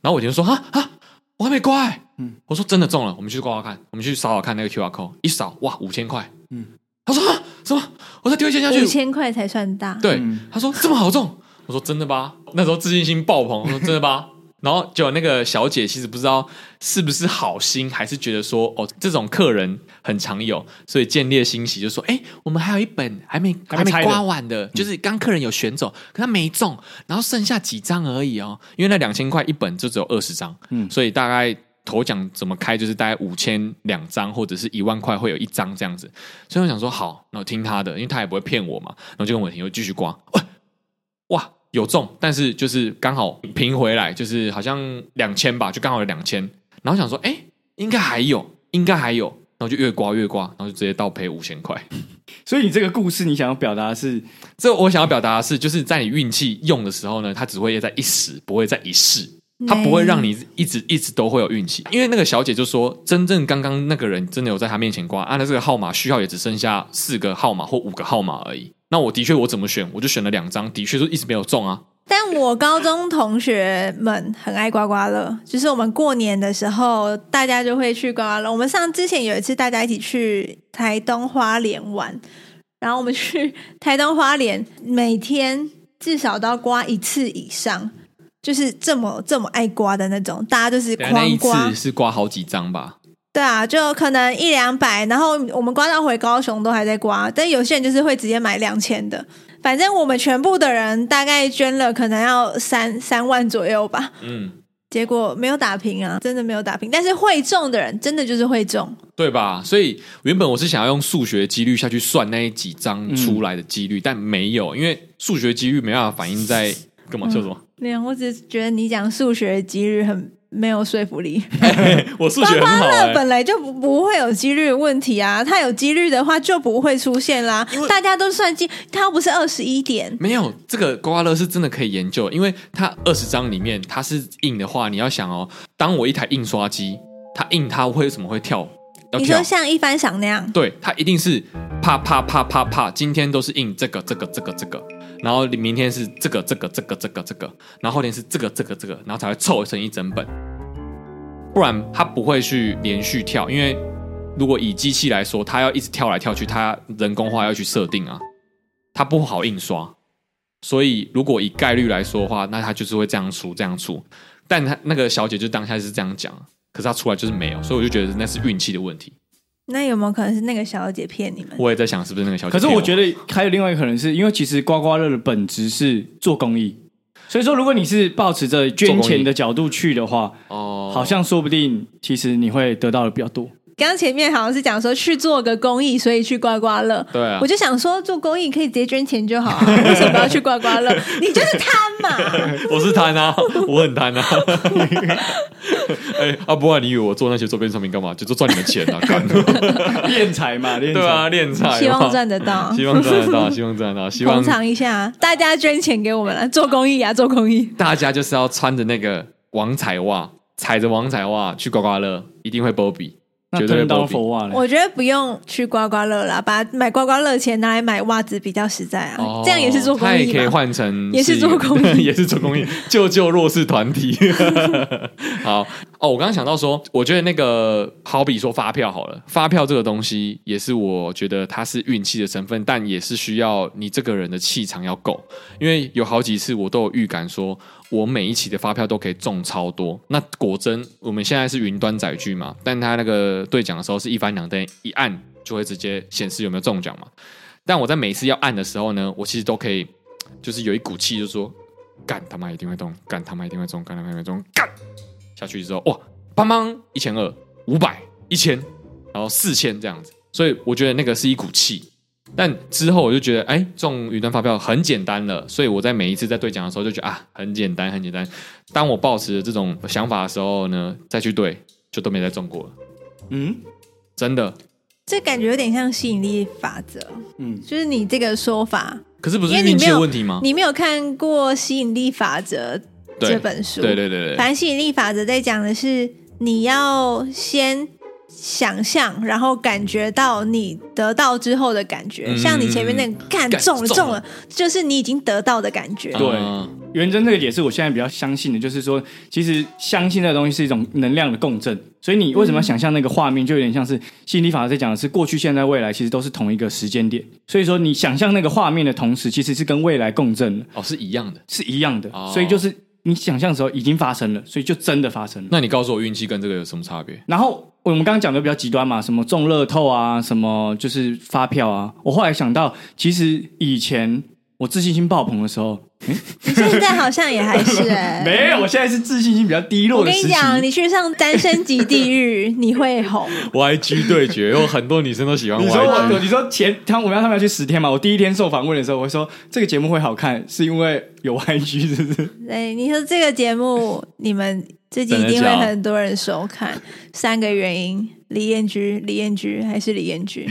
A: 然后伟霆说啊啊，我还没刮、欸，嗯，我说真的中了，我们去刮刮看，我们去扫扫看那个 QR code，一扫哇五千块，嗯，他说啊什么？我再丢一千下去
F: 五，千块才算大。
A: 对，
D: 嗯
A: 他说这么好中，我说真的吧，那时候自信心爆棚，我说真的吧。 [LAUGHS] 然后就那个小姐其实不知道是不是好心，还是觉得说哦这种客人很常有，所以见猎心喜就说哎我们还有一本还没
D: 还
A: 还没
D: 没拆的嗯
A: 刮完的，就是刚客人有选走，可他没中，然后剩下几张而已哦，因为那两千块一本就只有二十张，
D: 嗯
A: 所以大概。头奖怎么开就是大概五千两张或者是一万块会有一张这样子，所以我想说好，那我听他的，因为他也不会骗我嘛，然后就跟我停，又继续刮，哇哇有中，但是就是刚好平回来，就是好像两千吧，就刚好有两千，然后想说哎、诶应该还有，应该还有，然后就越刮越刮，然后就直接倒赔五千块。
D: 所以你这个故事，你想要表达的是，
A: 这我想要表达的是，就是在你运气用的时候呢，它只会在一时，不会在一世。它不会让你一直一直都会有运气，因为那个小姐就说，真正刚刚那个人真的有在她面前刮，按、照这个号码序号也只剩下四个号码或五个号码而已。那我的确我怎么选，我就选了两张，的确就一直没有中啊。
F: 但我高中同学们很爱刮刮乐，就是我们过年的时候，大家就会去刮刮乐。我们上之前有一次，大家一起去台东花莲玩，然后我们去台东花莲，每天至少都要刮一次以上，就是这么这么爱刮的那种，大家就是
A: 对那
F: 狂
A: 一
F: 刮
A: 次。是刮好几张吧？
F: 对啊，就可能一两百，然后我们刮到回高雄都还在刮，但有些人就是会直接买两千的。反正我们全部的人大概捐了，可能要三三万左右吧。
A: 嗯，
F: 结果没有打平啊，真的没有打平。但是会中的人真的就是会中，
A: 对吧？所以原本我是想要用数学几率下去算那几张出来的几率，但没有，因为数学几率没办法反映在干嘛？叫 [LAUGHS] 什么？
F: 没有，我只是觉得你讲数学几率很没有说服力。
A: [LAUGHS] 我数
F: 刮
A: 学很
F: 刮
A: 好、欸
F: 乐。本来就不不会有几率的问题啊，它有几率的话就不会出现啦。大家都算计，它又不是二十一点，
A: 没有，这个刮刮乐是真的可以研究，因为它二十张里面它是印的话，你要想哦，当我一台印刷机，它印它会怎么会跳？要
F: 你
A: 跳
F: 说？像一番赏那样。
A: 对，它一定是啪啪啪啪啪，今天都是印这个这个这个这个，然后明天是这个这个这个这个这个，然后后天是这个这个这个，然后才会凑成一整本，不然它不会去连续跳，因为如果以机器来说，它要一直跳来跳去，它人工化要去设定啊，它不好印刷。所以如果以概率来说的话，那他就是会这样出这样出。但他那个小姐就当下是这样讲，可是她出来就是没有，所以我就觉得那是运气的问题。
F: 那有没有可能是那个小姐骗你们？
A: 我也在想是不是那个小姐
D: 可
A: 骗。
D: 是我觉得还有另外一个可能是，因为其实刮刮乐的本质是做公益，所以说如果你是抱持着捐钱的角度去的话，
A: 哦，
D: 好像 [LAUGHS] 说不定其实你会得到的比较 [LAUGHS] 多。
F: 刚刚前面好像是讲说去做个公益，所以去刮刮乐。
A: 对啊
F: 我就想说做公益可以直接捐钱就好、啊，
A: [LAUGHS]
F: 为什么要去刮刮乐？你就是贪嘛！
A: 我是贪
D: [LAUGHS]
A: 啊，我很贪啊。 [LAUGHS] 哎、啊，不然你以为我做那些周边商品干嘛？就做赚你们
D: [LAUGHS]
A: 钱啊，干
D: 敛财嘛，敛财。
A: 对啊，敛财嘛，
F: 希望赚得
A: [LAUGHS]
F: 到
A: 希望赚得到，希望赚得到，希
F: 捧
A: 望
F: 场一下，大家捐钱给我们了，做公益啊，做公益。
A: 大家就是要穿着那个王彩袜，踩着王彩袜去刮刮乐，一定会波比，
D: 那
A: 绝对会
D: 吞刀
A: 波比。
D: 佛袜嘞，
F: 我觉得不用去刮刮乐啦，把买刮刮乐钱拿来买袜子比较实在啊，这样也是做公
A: 哦他也
F: 益
A: 可以
F: 嘛。
A: 换成
F: 也是做公益
A: [LAUGHS] 也是做公益，救救弱势团体。 [LAUGHS] 好哦，我刚刚想到说，我觉得那个好比说发票好了，发票这个东西也是我觉得它是运气的成分，但也是需要你这个人的气场要够，因为有好几次我都有预感说。我每一期的发票都可以中超多，那果真我们现在是云端载具嘛？但他那个兑奖的时候是一翻两瞪，一按就会直接显示有没有中奖嘛。但我在每次要按的时候呢，我其实都可以，就是有一股气，就说干他妈一定会中，干他妈一定会中，干他妈一定会中，干下去之后，哇，邦邦一千二、五百、一千，然后四千这样子，所以我觉得那个是一股气。但之后我就觉得，哎，中云端发票很简单了，所以我在每一次在兑奖的时候就觉得啊，很简单，很简单。当我抱持着这种想法的时候呢，再去兑，就都没再中过了，
D: 嗯，
A: 真的。
F: 这感觉有点像吸引力法则，
D: 嗯
F: 嗯，就是你这个说法，
A: 可是不
F: 因
A: 是
F: 为你
A: 运气
F: 没有
A: 的问题吗？
F: 你没有看过《吸引力法则》
A: 对
F: 这本书，
A: 对对对对
F: 反正吸引力法则在讲的是，你要先想象，然后感觉到你得到之后的感觉。
A: 嗯
F: 像你前面那个干
A: 干
F: 中了
A: 中
F: 中
A: 了
F: 了，就是你已经得到的感觉。
D: 对
A: 啊
D: 元真这个也是我现在比较相信的，就是说，其实相信这个东西是一种能量的共振，所以你为什么要想象那个画面，就有点像是吸引力法则在讲的是过去、现在、未来，其实都是同一个时间点。所以说，你想象那个画面的同时，其实是跟未来共振了，
A: 哦是一样的。
D: 是一样的
A: 哦。
D: 所以就是你想象的时候已经发生了，所以就真的发生了。
A: 那你告诉我运气跟这个有什么差别？ [LAUGHS]
D: 然后我们刚刚讲的比较极端嘛，什么中乐透啊，什么就是发票啊。我后来想到，其实以前我自信心爆棚的时候，
F: 你现在好像也还是
D: [LAUGHS]
F: 哎、
D: 没有，我现在是自信心比较低
F: 我
D: 落的
F: 跟
D: 时
F: 你
D: 期。
F: 讲，你去上单身级地狱，你会红。
A: YG 对决，有很多女生都喜欢
D: 你说
A: YG。
D: 我，你说前他们我们要他们要去十天嘛？我第一天受访问的时候，我说这个节目会好看，是因为有 YG，是不是？ [LAUGHS]
F: 对，你说这个节目，你们最近一定会很多人收看。三个原因：李彦居、李彦居还是李彦居。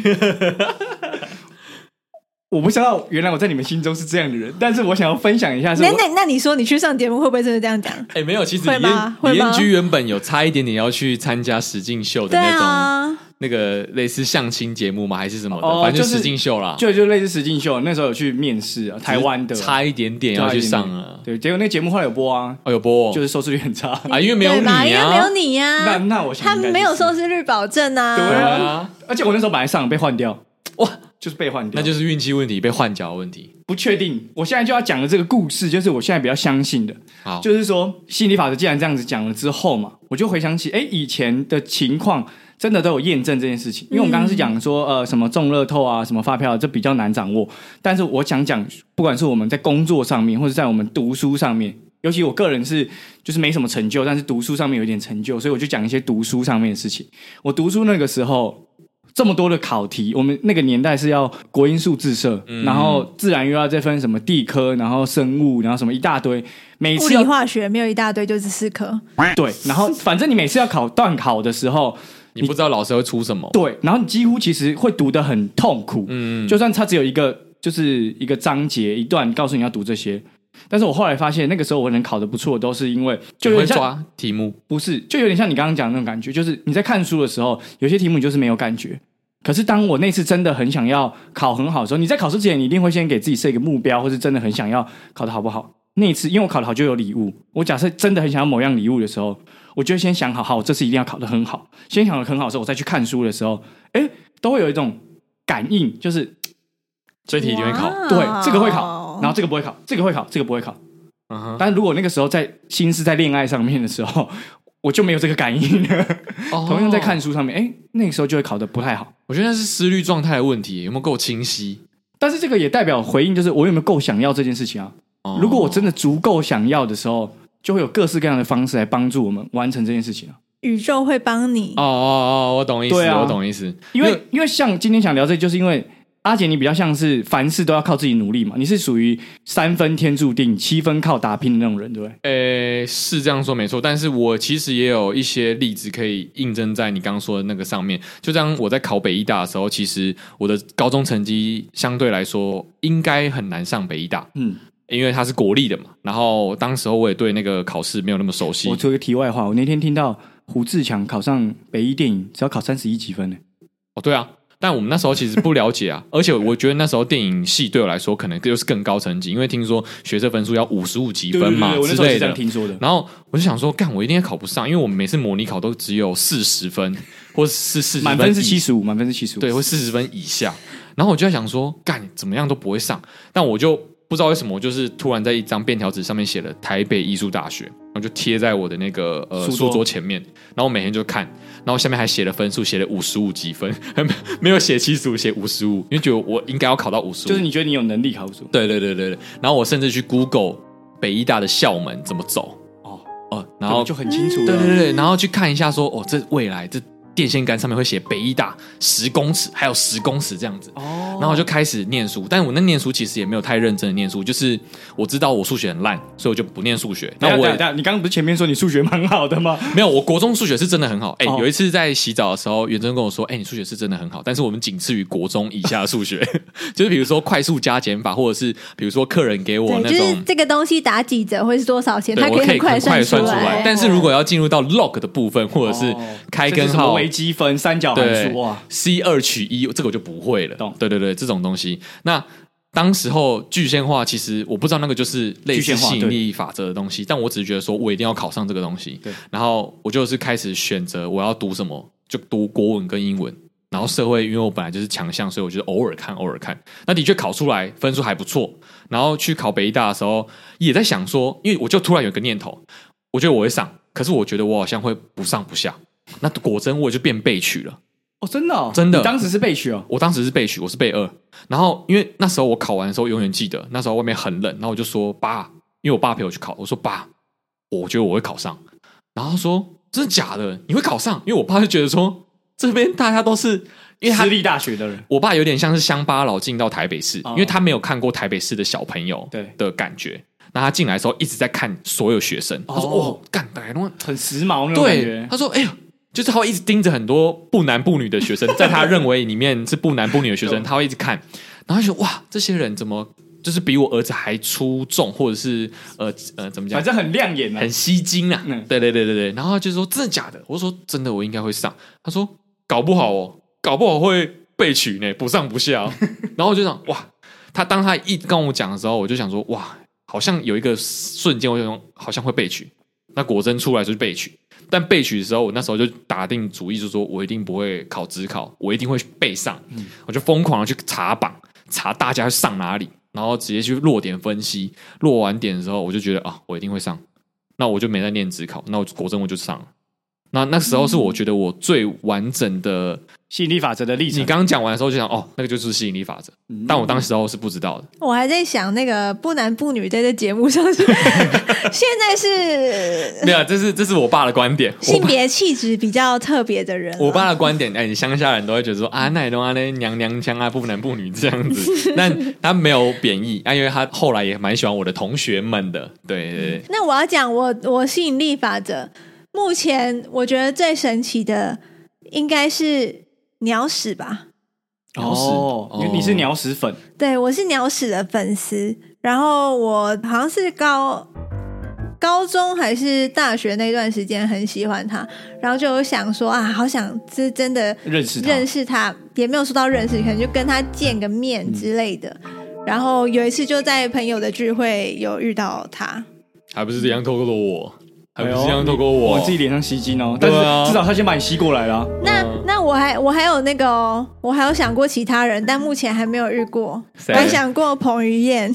D: 我不知道，原来我在你们心中是这样的人，但是我想要分享一下是
F: 那
D: 我，
F: 那那你说你去上节目会不会真的这样讲？
A: 哎、没有，其实
F: 会
A: 李彦
F: 吗会
A: 李彦
F: 吗
A: 居原本有差一点点要去参加实境秀的
F: 对
A: 那种、
F: 啊，
A: 那个类似相亲节目嘛，还是什么的，
D: 哦
A: 反正就
D: 就是
A: 实境秀啦，
D: 就就类似实境秀，那时候有去面试啊，台湾的
A: 只是差一点点要去上啊了。
D: 对，结果那个节目后来有播啊，
A: 哦，有播、哦，
D: 就是收视率很差。
A: 啊，因为没有
F: 对
A: 你
F: 吧因为没有
A: 啊，
F: 你呀、
D: 那那我想
F: 他
D: 应该
F: 们
D: 是
F: 没有收视率保证
D: 对
A: 对
F: 啊。
A: 啊
D: 啊，而且我那时候本来上被换掉，
A: 哇，
D: 就是被换掉，
A: 那就是运气问题，被换角的问题。
D: 不确定。我现在就要讲的这个故事，就是我现在比较相信的，
A: 好，
D: 就是说吸引力法则既然这样子讲了之后嘛，我就回想起，哎，以前的情况真的都有验证这件事情。因为我们刚刚是讲说，呃，什么中乐透啊，什么发票，这比较难掌握。但是我想讲，不管是我们在工作上面，或者在我们读书上面。尤其我个人是就是没什么成就，但是读书上面有一点成就，所以我就讲一些读书上面的事情。我读书那个时候，这么多的考题，我们那个年代是要国英数自社，
A: 嗯
D: 然后自然又要再分什么地科，然后生物，然后什么一大堆，每
F: 物
D: 次要
F: 理化学没有一大堆，就只四科。
A: [LAUGHS]
D: 对，然后反正你每次要考段考的时候，
A: 你不知道老师会出什么，
D: 对，然后你几乎其实会读得很痛苦，
A: 嗯，
D: 就算它只有一个就是一个章节一段告诉你要读这些，但是我后来发现那个时候我能考得不错，都是因为就
A: 你
D: 有
A: 会
D: 点像
A: 抓题目，
D: 不是，就有点像你刚刚讲的那种感觉，就是你在看书的时候，有些题目你就是没有感觉。可是当我那次真的很想要考很好的时候，你在考试之前，你一定会先给自己设一个目标，或是真的很想要考得好不好。那一次，因为我考得好就有礼物。我假设真的很想要某样礼物的时候，我就会先想好，好，我这次一定要考得很好。先想得很好的时候，我再去看书的时候，哎，都会有一种感应，就是
A: 这题一定会考。
F: 哇
D: 对这个会考，然后这个不会考，这个会考，这个不会考。
A: 嗯哼，
D: 但如果那个时候在心思在恋爱上面的时候，我就没有这个感应了。
A: 哦
D: 同样在看，书上面，哎、那个时候就会考得不太好。
A: 我觉得那是思虑状态的问题，有没有够清晰？
D: 但是这个也代表回应，就是我有没有够想要这件事情啊？
A: 哦
D: 如果我真的足够想要的时候，就会有各式各样的方式来帮助我们完成这件事情啊。
F: 宇宙会帮你。
A: 哦哦哦，我懂意思，
D: 对啊
A: 我懂意思，
D: 因为因为像今天想聊这，就是因为阿杰你比较像是凡事都要靠自己努力嘛，你是属于三分天注定，七分靠打拼的那种人，对不对？
A: 诶，呃是这样说没错，但是我其实也有一些例子可以印证在你刚刚说的那个上面。就当我在考北医大的时候，其实我的高中成绩相对来说应该很难上北医大，
D: 嗯，
A: 因为它是国立的嘛。然后当时候我也对那个考试没有那么熟悉
D: 我，做一个题外话，我那天听到胡志强考上北医电影，只要考三十一几分呢、
A: 哦，对啊，但我们那时候其实不了解 [LAUGHS] 啊，而且我觉得那时候电影系对我来说可能就是更高成绩，因为听说学测分数要五十五几分嘛
D: 我那
A: 之
D: 时候
A: 类
D: 是这
A: 的
D: 样。听说的。
A: 然后我就想说，干，我一定也考不上，因为我们每次模拟考都只有四十分， [LAUGHS] 或是四十
D: 满分是
A: 以
D: 七十五，满分是七十五。
A: 对，或四十分以下。然后我就在想说，干怎么样都不会上，但我就不知道为什么，我就是突然在一张便条纸上面写了台北艺术大学，然后就贴在我的那个呃
D: 书桌
A: 书桌前面，然后我每天就看，然后下面还写了分数，写了五十五几分， [LAUGHS] 没有写七十五，写五十五，因为觉得我应该要考到五十五，
D: 就是你觉得你有能力考出，
A: 对对对对对。然后我甚至去 Google 北医大的校门怎么走，
D: 哦
A: 哦、然后
D: 就很清楚了。
A: 对对对，然后去看一下说，哦，这未来这电线杆上面会写北医大十公尺，还有十公尺这样子。哦，然后我就开始念书，但我那念书其实也没有太认真的念书，就是我知道我数学很烂，所以我就不念数学。那
D: 那
A: 我
D: 我
A: 也
D: 你刚刚不是前面说你数学蛮好的吗？
A: 没有，我国中数学是真的很好。哎、
D: 哦
A: 有一次在洗澡的时候，元真跟我说：“哎、你数学是真的很好，但是我们仅次于国中以下的数学， [LAUGHS] 就是比如说快速加减法，或者是比如说客人给我
F: 对，
A: 那
F: 就是
A: 种。”
F: 这个东西打几折会是多少钱，
A: 对，
F: 它
A: 我
F: 很
A: 以
F: 快
A: 很快
F: 出
A: 算出来，但是如果要进入到 log 的部分，或者是开
D: 哦这
A: 根
D: 是什么
A: 号、
D: 微积分、三角函
A: 对
D: 数哇，
A: ，C 二取一，这个我就不会了。
D: 懂
A: 对对对，这种东西。那当时候具现化，其实我不知道那个就是类
D: 具
A: 似
D: 现化
A: 吸引力法则的东西，但我只是觉得说我一定要考上这个东西。
D: 对，
A: 然后我就是开始选择我要读什么，就读国文跟英文。然后社会，因为我本来就是强项，所以我就是偶尔看，偶尔看。那的确考出来分数还不错。然后去考北医大的时候，也在想说，因为我就突然有个念头，我觉得我会上，可是我觉得我好像会不上不下。那果真我就变被取了。
D: 哦，真的哦，
A: 真的
D: 你当时是被取哦，
A: 我当时是被取，我是被二。然后因为那时候我考完的时候，永远记得那时候外面很冷，然后我就说爸，因为我爸陪我去考，我说爸，我觉得我会考上。然后他说真的假的？你会考上？因为我爸就觉得说这边大家都是，因为他
D: 私立大学的人，
A: 我爸有点像是乡巴佬进到台北市，
D: 哦
A: 因为他没有看过台北市的小朋友
D: 对
A: 的感觉。那他进来的时候一直在看所有学生，他说：“
D: 哦
A: 哦，干，大家都
D: 很时髦那种感
A: 对
D: 觉，。
A: 他说：“哎呦，就是他会一直盯着很多不男不女的学生，在他认为里面是不男不女的学生，他会一直看，然后就觉得哇，这些人怎么就是比我儿子还出众，或者是呃呃怎么讲
D: 反，正很亮眼啊
A: 很，吸睛啊
D: 嗯？
A: 对对对对对。然后他就说真的假的？我说真的，我应该会上。他说搞不好哦，搞不好会被取呢，不上不下哦、然后我就想哇，他当他一跟我讲的时候，我就想说哇，好像有一个瞬间，我就想好像会被取。那果真出来就是被取。但被取的时候，我那时候就打定主意，就说我一定不会考职考，我一定会背上。我就疯狂的去查榜，查大家上哪里，然后直接去落点分析。落完点的时候，我就觉得啊，我一定会上。那我就没在念职考，那我国政我就上了。那那时候是我觉得我最完整的。
D: 吸引力法则的例
A: 你
D: 子。
A: 刚刚讲完的时候就想，哦，那个就是吸引力法则。
D: 嗯
A: 但我当时候是不知道的。
F: 我还在想那个不男不女在这节目上是， [LAUGHS] 现在是
A: 没有，这是这是我爸的观点。我
F: 性别气质比较特别的人了，
A: 我爸的观点，哎、你乡下人都会觉得说啊，那也都啊那娘娘腔啊，不男不女这样子。但他没有贬义，啊，因为他后来也蛮喜欢我的同学们的。对对
D: 嗯
A: 对，
F: 那我要讲我我吸引力法则，目前我觉得最神奇的应该是鸟屎吧。
A: 鸟屎
D: 哦，因为你是鸟屎粉，
F: 对我是鸟屎的粉丝，然后我好像是高高中还是大学那段时间很喜欢他，然后就有想说啊，好想这真的
D: 认识他
F: 认识他，也没有说到认识，可能就跟他见个面
D: 嗯
F: 之类的。然后有一次就在朋友的聚会有遇到他，
A: 还不是一样透过了我，还不是一
D: 哎呦
A: 样透过我，
D: 往自己脸上吸金哦。但
A: 对
D: 是
A: 啊
D: 至少他先把你吸过来了。
F: 那、那我还我还有那个哦，我还有想过其他人，但目前还没有遇过。我
A: 谁
F: 还想过彭于晏，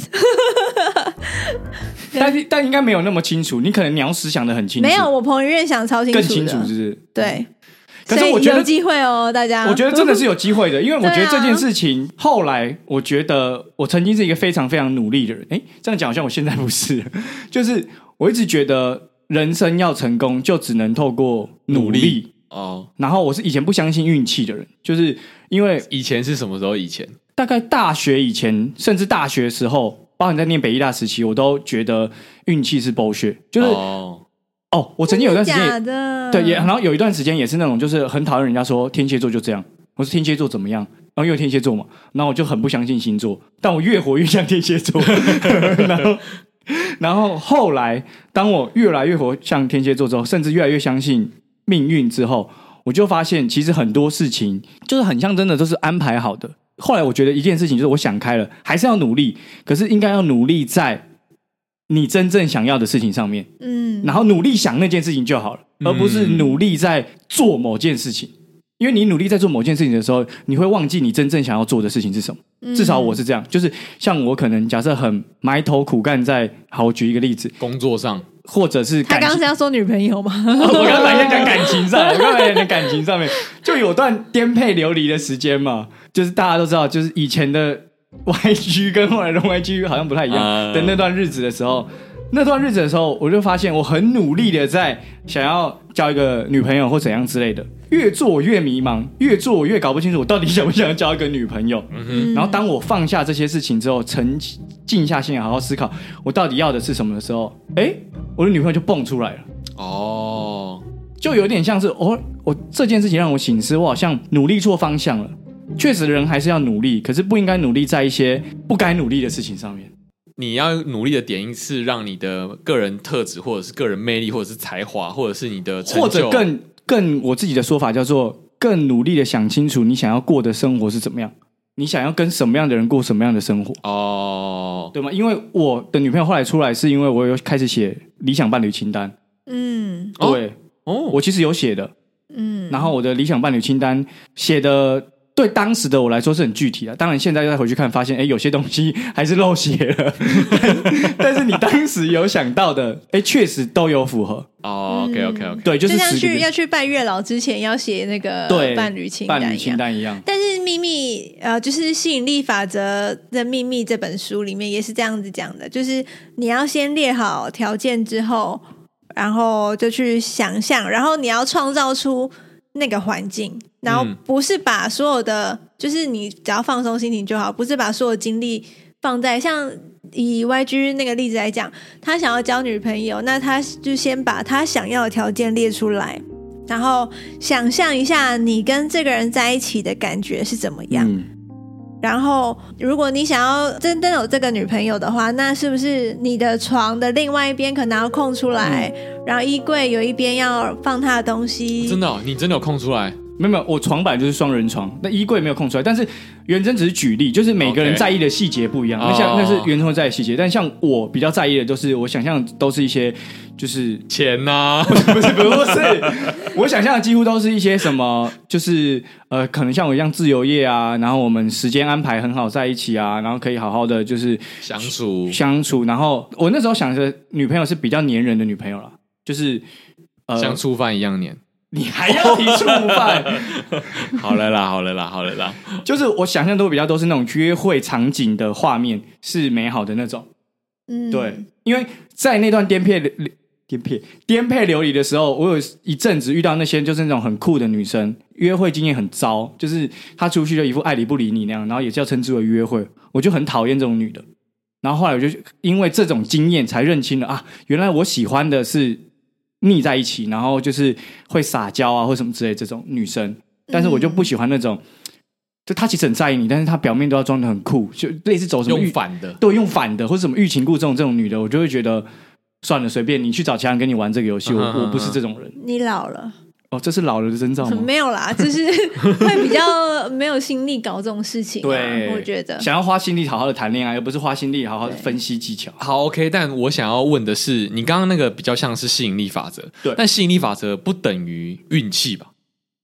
D: 但是但应该没有那么清楚，你可能鸟屎想的很清楚，
F: 没有我彭于晏想超清楚
D: 更
F: 的，
D: 清楚，是不是？
F: 对。
D: 可是
F: 所以
D: 我觉得
F: 有机会哦，大家。
D: 我觉得真的
F: [LAUGHS]
D: 是有机会的，因为我觉得
F: 对啊
D: 这件事情后来，我觉得我曾经是一个非常非常努力的人。诶，这样讲好像我现在不是， [LAUGHS] 就是我一直觉得人生要成功，就只能透过努
A: 努
D: 力。
A: 力哦，
D: 然后我是以前不相信运气的人，就是因为
A: 以前是什么时候？以前
D: 大概大学以前，甚至大学时候，包含在念北医大时期，我都觉得运气是剥削。就是哦
A: 哦，
D: 我曾经有一段时间也
F: 假的，
D: 对，也然后有一段时间也是那种，就是很讨厌人家说天蝎座就这样，我说天蝎座怎么样，然后因为天蝎座嘛，然后我就很不相信星座，但我越活越像天蝎座， [LAUGHS] 然后然后后来当我越来越活像天蝎座之后，甚至越来越相信命运之后，我就发现其实很多事情就是很像真的都是安排好的。后来我觉得一件事情就是我想开了，还是要努力，可是应该要努力在你真正想要的事情上面。
F: 嗯，
D: 然后努力想那件事情就好了，而不是努力在做某件事情。因为你努力在做某件事情的时候，你会忘记你真正想要做的事情是什么。
F: 嗯
D: 至少我是这样，就是像我可能假设很埋头苦干在，好，我举一个例子，
A: 工作上
D: 或者是
F: 他
D: 感
F: 刚刚
D: 情
F: 是，要说女朋友
D: [LAUGHS]
F: 吗？
D: 我刚才在讲感情上，我刚才在讲感情上面，就有段颠沛流离的时间嘛，就是大家都知道，就是以前的 YG 跟后来的 YG 好像不太一样
A: 啊
D: 的那段日子的时候，那段日子的时候，我就发现我很努力的在想要交一个女朋友或怎样之类的，越做我越迷茫，越做我越搞不清楚我到底想不想交一个女朋友。然后当我放下这些事情之后，沉静下心来好好思考我到底要的是什么的时候，哎，我的女朋友就蹦出来了。
A: 哦，
D: 就有点像是
A: 嗯
D: 哦，我这件事情让我醒思，我好像努力错方向了。确实，人还是要努力，可是不应该努力在一些不该努力的事情上面。
A: 你要努力的点应是让你的个人特质，或者是个人魅力，或者是才华，或者是你的成就，
D: 或者更更，我自己的说法叫做更努力的想清楚你想要过的生活是怎么样，你想要跟什么样的人过什么样的生活，
A: 哦，
D: 对吗？因为我的女朋友后来出来，是因为我有开始写理想伴侣清单，
F: 嗯
A: 哦
D: 对
A: 哦，
D: 我其实有写的，
F: 嗯，
D: 然后我的理想伴侣清单写的，对当时的我来说是很具体的。当然，现在又再回去看，发现哎，诶有些东西还是漏写了。 [LAUGHS] 但是你当时有想到的，哎，确实都有符合。
A: 哦，OK OK OK，
D: 对，就是
F: 嗯就像
D: 十个
F: 去要去拜月老之前要写那个
D: 对
F: 呃伴侣清
D: 伴
F: 单
D: 侣
F: 一
D: 清
F: 样。
D: 单一样。
F: 但是秘密呃，就是吸引力法则的秘密这本书里面也是这样子讲的，就是你要先列好条件之后，然后就去想象，然后你要创造出那个环境，然后
A: 嗯
F: 不是把所有的，就是你只要放松心情就好，不是把所有精力放在像以 YG 那个例子来讲，他想要交女朋友，那他就先把他想要的条件列出来，然后想象一下你跟这个人在一起的感觉是怎么样。
D: 嗯，
F: 然后，如果你想要真的有这个女朋友的话，那是不是你的床的另外一边可能要空出来，
D: 嗯
F: 然后衣柜有一边要放她的东西？
A: 真的、哦，你真的有空出来
D: 没有没有，我床板就是双人床，那衣柜没有空出来。但是元真只是举例，就是每个人
A: OK
D: 在意的细节不一样。那
A: 哦
D: 像那是元真在意的细节，但像我比较在意的，就是我想象都是一些就是
A: 钱啊
D: [LAUGHS]
A: 呐、
D: 不是不是，我想象的几乎都是一些什么，就是呃，可能像我一样自由业啊，然后我们时间安排很好在一起啊，然后可以好好的就是
A: 相处
D: 相处。然后我那时候想着女朋友是比较黏人的女朋友啦，就是呃，
A: 像触犯一样黏。
D: 你还要提出犯，
A: 好了啦，好了啦，好了啦，
D: [LAUGHS] 就是我想象都比较都是那种约会场景的画面是美好的那种。
F: 嗯，
D: 对，因为在那段颠沛流颠沛颠沛流离的时候，我有一阵子遇到那些就是那种很酷的女生，约会经验很糟，就是她出去就一副爱理不理你那样，然后也叫称之为约会，我就很讨厌这种女的。然后后来我就因为这种经验才认清了啊，原来我喜欢的是腻在一起，然后就是会撒娇啊或什么之类这种女生，但是我就不喜欢那种，就她其实很在意你，但是她表面都要装的很酷，就类似走什么
A: 用
D: 欲
A: 反的
D: 对，用反的或者什么欲擒故纵这种女的，我就会觉得算了，随便你去找其他人跟你玩这个游戏，我
A: 嗯哼
D: 我不
A: 嗯
D: 是
A: 哼
D: 这种人。
F: 你老了，
D: 哦，这是老了的征兆吗？
F: 没有啦，
D: [LAUGHS]
F: 就是会比较没有心力搞这种事情、啊。
D: 对，
F: 我觉得
D: 想要花心力好好的谈恋爱，而不是花心力好好的分析技巧。
A: 好 OK，但我想要问的是，你刚刚那个比较像是吸引力法则，
D: 对
A: 但吸引力法则不等于运气吧？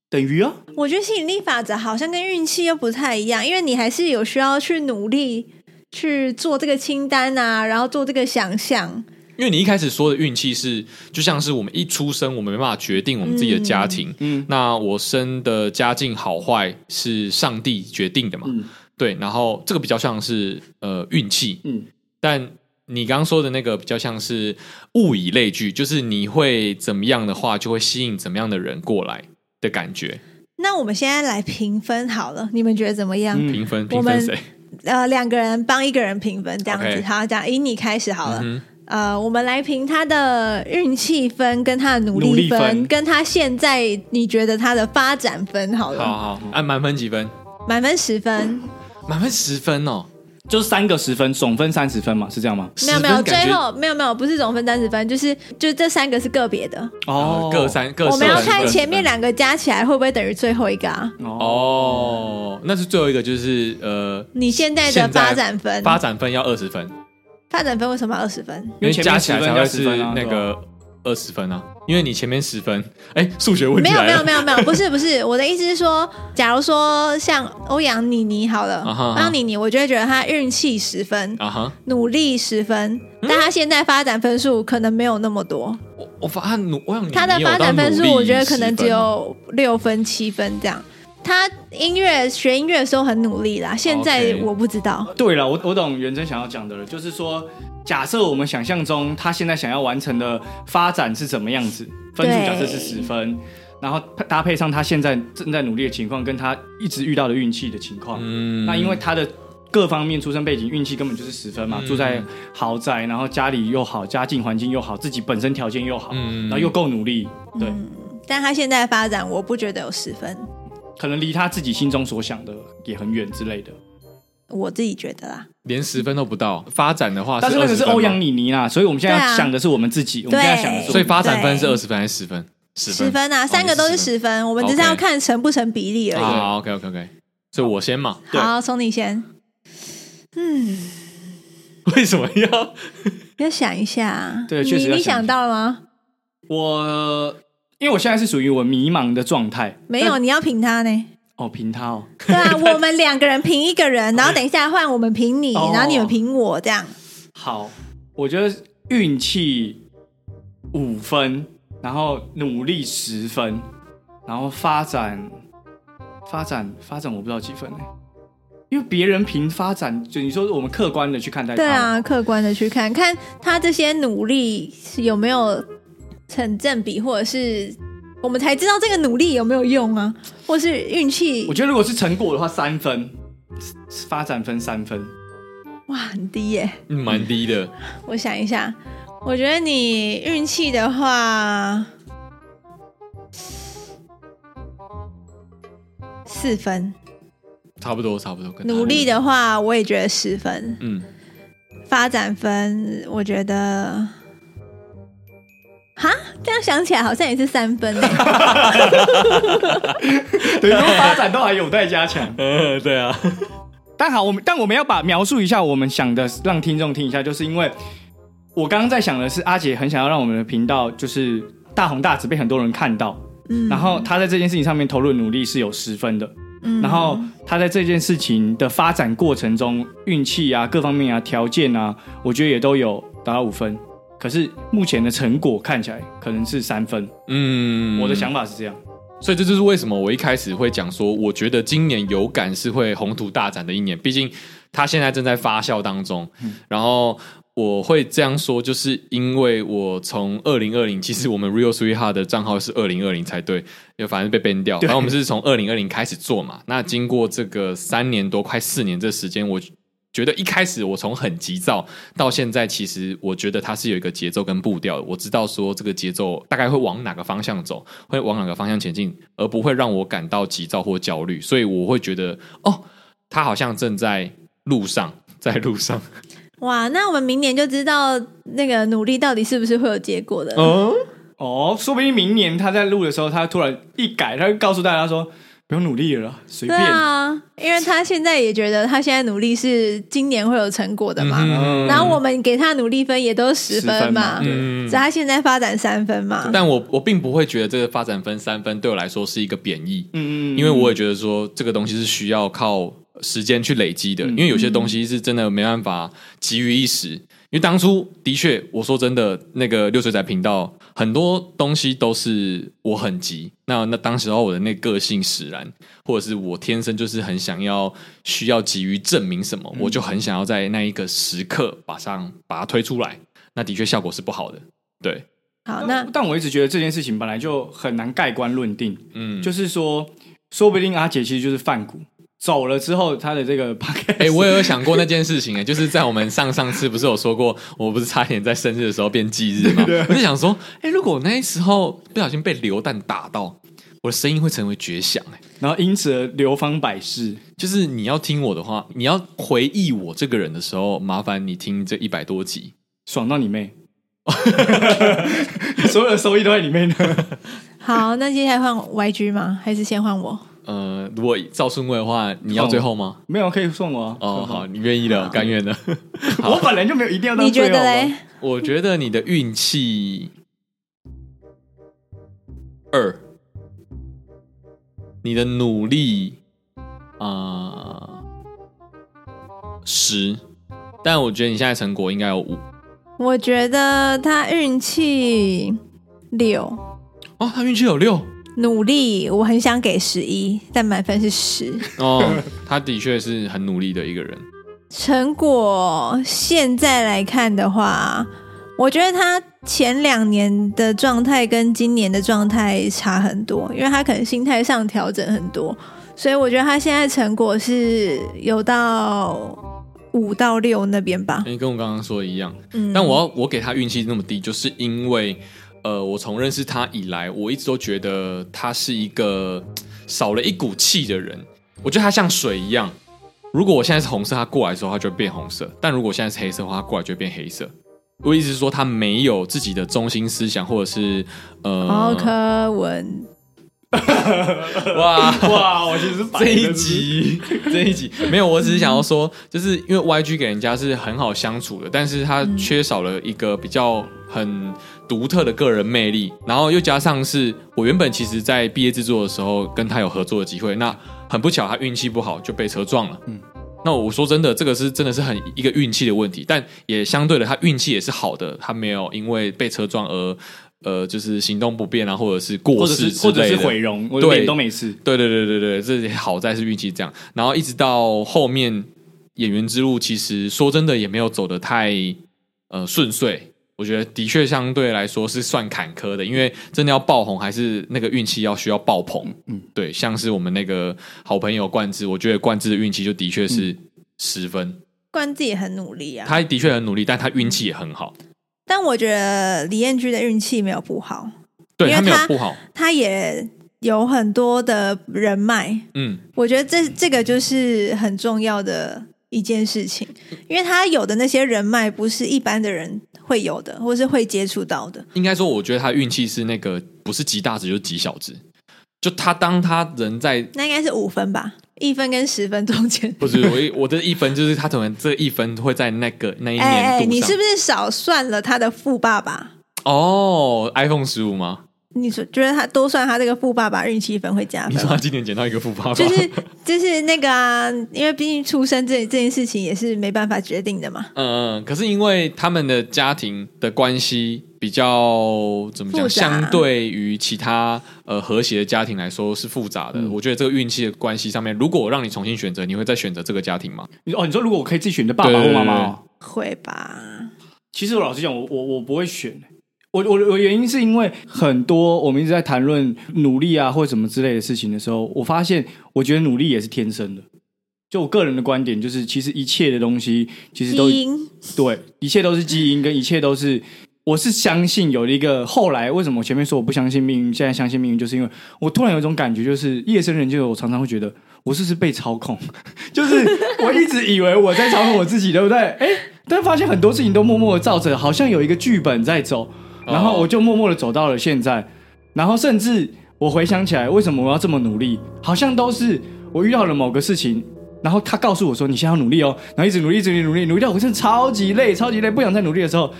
D: 等于啊，
F: 我觉得吸引力法则好像跟运气又不太一样，因为你还是有需要去努力去做这个清单啊，然后做这个想象。
A: 因为你一开始说的运气是，就像是我们一出生，我们没办法决定我们自己的家庭。嗯，那我生的家境好坏是上帝决定的嘛？
D: 嗯
A: 对，然后这个比较像是呃运气。
D: 嗯，
A: 但你刚刚说的那个比较像是物以类聚，就是你会怎么样的话，就会吸引怎么样的人过来的感觉。
F: 那我们现在来评分好了，你们觉得怎么样？
A: 评分，
F: 我
A: 评
F: 们
A: 分谁？
F: 呃，两个人帮一个人评分这样子。
A: OK
F: 好，讲以你开始好了。
A: 嗯哼
F: 呃，我们来评他的运气分，跟他的努
D: 努
F: 力
D: 力
F: 分，
D: 分
F: 跟他现在你觉得他的发展分好了。
A: 好好，按啊满分几分？
F: 满分十分，
A: 满分十分哦，
D: 就是三个十分，总分三十分嘛，是这样吗？
F: 没有没有，
A: 10分
F: 最
A: 感觉
F: 后没有没有，不是总分三十分，就是就这三个是个别的。
D: 哦
A: 呃各三各
F: 我们要
A: 四分
F: 看
A: 各四
F: 前面
A: 分
F: 两个加起来会不会等于最后一个啊？
D: 哦，
A: 哦，那是最后一个，就是呃，
F: 你现在的
A: 现在
F: 发展分，
A: 发展分要二十分，
F: 发展分为什么二十分？
D: 因为前面
A: 加起来
D: 10分
A: 才
D: 加
A: 会
D: 10
A: 是
D: 分啊
A: 那
D: 对
A: 个二十分啊，因为你前面十分，哎，数学问题
F: 没有
A: 来
F: 没有
A: 了，
F: 没有没有，不是不是，我的意思是说，假如说像欧阳妮妮好了，
A: 啊哈
F: 欧阳妮妮，我就会觉得她运气十分，
A: 啊嗯哈，
F: 努力十分，但她现在发展分数可能没有那么多，
A: 我我发现努，我想你
F: 她的
A: 你有
F: 发
A: 到
F: 展分数
A: 努力
F: 我觉得可能
A: 10
F: 只
A: 分哦
F: 有六分七分这样。她音乐学音乐的时候很努力啦，现在
A: 哦 OK
F: 我不知道。
D: 对了，我我懂元真想要讲的了，就是说假设我们想象中他现在想要完成的发展是怎么样子，分数
F: 对
D: 假设是十分，然后搭配上他现在正在努力的情况，跟他一直遇到的运气的情况，
A: 嗯
D: 那因为他的各方面出身背景、运气根本就是十分嘛，住在豪宅，然后家里又好，家境环境又好，自己本身条件又好，
A: 嗯
D: 然后又够努力，对，
F: 但他现在的发展，我不觉得有十分，
D: 可能离他自己心中所想的也很远之类的。
F: 我自己觉得啦。
A: 连十分都不到，发展的话，
D: 但是那个是欧阳，妮妮啦，所以我们现在
F: 对啊
D: 要想的是我们自己，我们
F: 对
D: 现在想的是我们自己，
A: 所以发展分是
F: 对
A: 二十分还是十分？十
F: 十分啊，
A: 哦
F: 三个都是十分，我们只是
A: OK
F: 要看成不成比例而已。
A: 啊。OK OK OK，所以我先嘛。
D: 对
F: 好，从你先，嗯
A: 为什么要？
F: 要想一下。啊
D: 对确实
F: 你
D: 要
F: 你
D: 想
F: 想
D: 一下
F: 到了吗？
D: 我因为我现在是属于我迷茫的状态，
F: 没有，你要评
D: [LAUGHS]
F: 他呢。
D: 哦，评他哦，
F: 对啊，我们两个人评一个人，然后等一下换我们评你，
D: 哦
F: 然后你们评我，这样。
D: 好，我觉得运气五分，然后努力十分，然后发展发展发展，我不知道几分呢、欸因为别人评发展，就你说我们客观的去看待它，
F: 对啊，客观的去看看他这些努力是有没有成正比，或者是我们才知道这个努力有没有用啊，或是运气
D: 我觉得如果是成果的话，三分，发展分三
F: [LAUGHS]
D: 分，
F: 哇很低耶、
A: 嗯蛮低的，
F: 我想一下，我觉得你运气的话四分，
A: 差不多差不多。跟他
F: 努力，的话我也觉得十分，
A: 嗯，
F: 发展分我觉得。哈，这样想起来好像也是三
D: [LAUGHS]
F: 分耶、
D: 对，如果发展都还有待加强。
A: 呃，对啊，
D: 但好，我们但我们要把描述一下我们想的，让听众听一下，就是因为我刚刚在想的是，阿姐很想要让我们的频道就是大红大紫，被很多人看到。
F: 嗯
D: 然后她在这件事情上面投入的努力是有十分的，
F: 嗯
D: 然后她在这件事情的发展过程中，运气啊、各方面啊、条件啊，我觉得也都有达到五分。可是目前的成果看起来可能是三分，
A: 嗯，
D: 我的想法是这样。
A: 所以这就是为什么我一开始会讲说，我觉得今年有感是会宏图大展的一年，毕竟它现在正在发酵当中。
D: 嗯
A: 然后我会这样说，就是因为我从二零二零，其实我们 Real Sweetheart 的账号是二零二零才对，就反正被 ban 掉。然后我们是从二零二零开始做嘛，那经过这个三年多快四年这时间，我。觉得一开始我从很急躁到现在，其实我觉得它是有一个节奏跟步调的，我知道说这个节奏大概会往哪个方向走，会往哪个方向前进，而不会让我感到急躁或焦虑，所以我会觉得哦，他好像正在路上，在路上。
F: 哇，那我们明年就知道那个努力到底是不是会有结果的。
A: 哦，
D: 哦，说不定明年她在录的时候，她突然一改，她就告诉大家说不用努力了啦，随
F: 对
D: 便。
F: 啊，因为他现在也觉得他现在努力是今年会有成果的嘛，
A: 嗯
F: 然后我们给他努力分也都是十分嘛，
D: 十分嘛
A: 嗯
F: 所以他现在发展三分
D: 啊
F: 嘛。
A: 但我我并不会觉得这个发展分三分对我来说是一个贬义，
D: 嗯嗯嗯
A: 因为我也觉得说这个东西是需要靠时间去累积
D: 嗯
A: 的，因为有些东西是真的没办法急于一时。因为当初的确，我说真的，那个六水仔频道很多东西都是我很急，那那当时候我的那个性使然，或者是我天生就是很想要需要急于证明什么，
D: 嗯
A: 我就很想要在那一个时刻把上把它推出来，那的确效果是不好的。对，
F: 好，那
D: 但但我一直觉得这件事情本来就很难盖棺论定，
A: 嗯，
D: 就是说，说不定阿姐其实就是范谷走了之后，她的这个 podcast，
A: [LAUGHS] 哎、我也有想过那件事情哎、就是在我们上上次不是有说过，我不是差点在生日的时候变忌日吗？我就想说，哎、如果我那时候不小心被流弹打到，我的声音会成为绝响哎、
D: 然后因此而流芳百世。
A: 就是你要听我的话，你要回忆我这个人的时候，麻烦你听这一百多集。
D: 爽到你妹！ [LAUGHS] 所有的收益都在里面呢。
F: 好，那接下来换 YG 吗？还是先换我？
A: 呃，如果照顺位的话，你要最后吗？
D: 没有可以送我啊 [LAUGHS]
A: 哦，好，，你愿意的，甘愿的。
D: 我本来就没有一定要当
F: 你觉
D: 最后
F: 得
D: 啊
F: 嘞？？
A: 我觉得你的运气二，你的努力啊十、但我觉得你现在成果应该有五
F: 我觉得他运气六，
A: 哦，他运气有六
F: 努力我很想给十一，但满分是十，
A: 哦，他的确是很努力的一个人，
F: 成果现在来看的话，我觉得他前两年的状态跟今年的状态差很多，因为他可能心态上调整很多，所以我觉得他现在成果是有到五到六那边吧。
A: 你跟我刚刚说的一样，
F: 嗯，
A: 但我要我给他运气那么低，就是因为呃，我从认识他以来，我一直都觉得他是一个嘖少了一股气的人。我觉得他像水一样，如果我现在是红色，他过来的时候他就会变红色；但如果我现在是黑色的话，他过来就会变黑色。我一直说他没有自己的中心思想，或者是呃，
F: 哦，柯文，
A: 哇，
D: 哇，我其实是白
A: 这
D: 的
A: 一，集，这一集没有，我只是想要说，就是因为 YG 给人家是很好相处的，但是他缺少了一个比较很独特的个人魅力，然后又加上是我原本其实在毕业制作的时候跟他有合作的机会，那很不巧他运气不好就被车撞了，嗯。那我说真的，这个是真的是很一个运气的问题，但也相对的，他运气也是好的，他没有因为被车撞而呃，就是行动不便啊，或者是
D: 或
A: 过
D: 者
A: 世
D: 是或者
A: 之类
D: 是
A: 的
D: 毁容，我
A: 对
D: 脸都没事。
A: 对对对对对，这好在是运气这样。然后一直到后面演员之路，其实说真的也没有走得太呃顺遂。我觉得的确相对来说是算坎坷的，因为真的要爆红，还是那个运气要需要爆棚。嗯，对，像是我们那个好朋友冠之，我觉得冠之的运气就的确是十分，
F: 关自己很努力啊，
A: 他的确很努力，但他运气也很好，
F: 但我觉得李彦居的运气没有不好，
A: 对
F: 因为
A: 他没有
F: 他
A: 不好。
F: 他也有很多的人脉，
A: 嗯，
F: 我觉得这这个就是很重要的一件事情，因为他有的那些人脉不是一般的人会有的，或是会接触到的。
A: 应该说，我觉得他运气是那个不是极大值就是极小值，就他当他人在
F: 那应该是五分吧，一分跟十分中间。
A: 不是我一我的一分就是他可能这一分会在那个那一年度上。
F: 哎哎，你是不是少算了他的富爸爸？
A: 哦，iPhone 十五
F: [LAUGHS]
A: 吗？
F: 你说觉得他多算他这个富爸爸运气分会加
A: 你说他
F: 分？
A: 今年捡到一个富爸爸，
F: 就是就是那个啊，因为毕竟出生这这件事情也是没办法决定的嘛。
A: [LAUGHS] 嗯嗯，可是因为他们的家庭的关系比较怎么
F: 复
A: 讲，
F: 杂
A: 相对于其他呃和谐的家庭来说是复杂的。
F: 嗯
A: 我觉得这个运气的关系上面，如果我让你重新选择，你会再选择这个家庭吗？
D: 你哦，你说如果我可以自己选择爸爸或
A: 对
D: 妈妈哦，
F: 会吧？
D: 其实我老实讲，我我我不会选。我我我原因是因为很多我们一直在谈论努力啊或什么之类的事情的时候，我发现我觉得努力也是天生的。就我个人的观点，就是其实一切的东西其实都
F: 基因
D: 对，一切都是基因，跟一切都是。我是相信有一个后来，为什么我前面说我不相信命运，现在相信命运，就是因为我突然有一种感觉，就是夜深人静，我常常会觉得我是不是被操控， [LAUGHS] 就是我一直以为我在操控我自己，对不对？哎，但发现很多事情都默默的照着，好像有一个剧本在走，然后我就默默的走到了现在，然后甚至我回想起来，为什么我要这么努力，好像都是我遇到了某个事情，然后他告诉我说：“你现在要努力哦。”然后一直努力，一直努力，努力到我真的超级累，超级累，不想再努力的时候，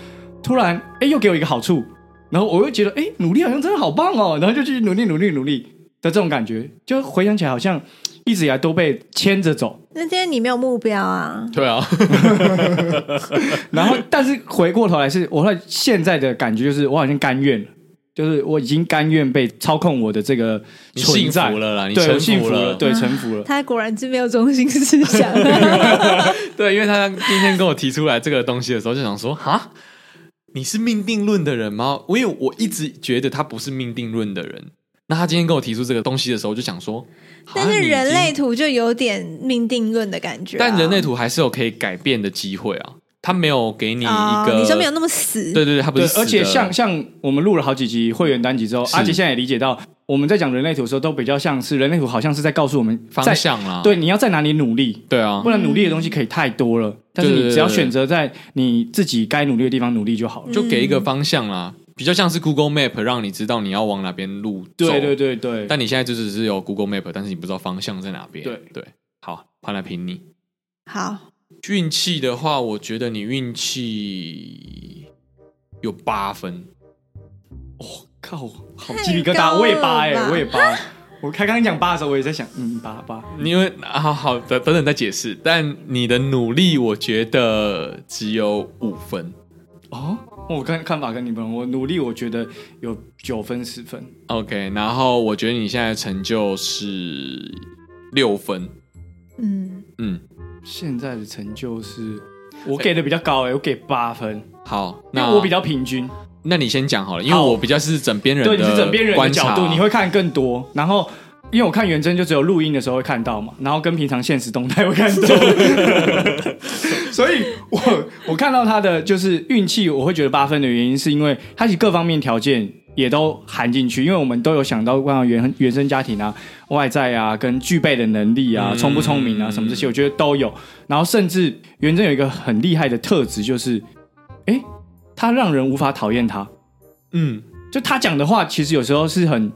D: 突然哎又给我一个好处，然后我又觉得哎努力好像真的好棒哦，然后就去努力努力努力的这种感觉，就回想起来好像一直以来都被牵着走，
F: 那天你没有目标啊，
A: 对啊，
D: 然后但是回过头来是我后来现在的感觉就是我好像甘愿了。就是我已经甘愿被操控我的这个
A: 你幸
D: 存在
A: 福了啦，你
D: 对，我
A: 臣
D: 幸
A: 服
D: 福
A: 了，
D: 对，臣服了。
F: 他果然是没有中心思想。啊
A: [LAUGHS] 对，因为他今天跟我提出来这个东西的时候，就想说哈，你是命定论的人吗？我因为我一直觉得他不是命定论的人。那他今天跟我提出这个东西的时候，我就想说，哈
F: 但是
A: 啊你已经
F: 人类图就有点命定论的感觉啊、
A: 但人类图还是有可以改变的机会啊。他没有给你一
F: 啊、
A: 个，
F: 你说没有那么死，
A: 对对对，他不
D: 对
A: 是，死的，
D: 而且像像我们录了好几集会员单集之后，
A: 是
D: 阿杰现在也理解到，我们在讲人类图的时候，都比较像是人类图好像是在告诉我们在
A: 方向啊啦，
D: 对，你要在哪里努力，
A: 对啊
D: 不，然努力的东西可以太多了，但是
A: 对对
D: 你
A: 对
D: 只要
A: 对
D: 选择在你自己该努力的地方努力就好了。
A: 就给一个方向啦，
F: 嗯
A: 比较像是 Google Map 让你知道你要往哪边路走。
D: 对对对对，
A: 但你现在就只是有 Google Map，但是你不知道方向在哪边。
D: 对
A: 对，好，潘来评你。
F: 好，
A: 运气的话，我觉得你运气有八分，
D: 靠，好鸡皮疙瘩，我也八哎
F: 太高了，吧
D: 我也八。我刚刚讲八的时候，我也在想，嗯，八八，
A: 因为啊，好好的，等等再解释。但你的努力，我觉得只有五分。
D: 哦，我看看法跟你不同，我努力，我觉得有九分十分，
A: OK，然后我觉得你现在的成就是六分，
F: 嗯，
A: 嗯，
D: 现在的成就是我给的比较高哎、我给八分，
A: 好，
D: 因
A: 那
D: 为我比较平均。
A: 那你先讲好了，因为
D: 好
A: 我比较是枕边人
D: 对，你是枕边人的
A: 观
D: 角
A: 察，
D: 度，你会看更多。然后，因为我看元真就只有录音的时候会看到嘛，然后跟平常现实动态会看到，
A: [LAUGHS]
D: 所以我我看到他的就是运气，我会觉得八分的原因，是因为他其实各方面条件。也都含进去，因为我们都有想到关于原原生家庭啊、外在啊、跟具备的能力
A: 嗯
D: 啊、聪不聪明啊什么这些，我觉得都有。然后甚至元真有一个很厉害的特质，就是，诶，他让人无法讨厌他。
A: 嗯，
D: 就他讲的话，其实有时候是很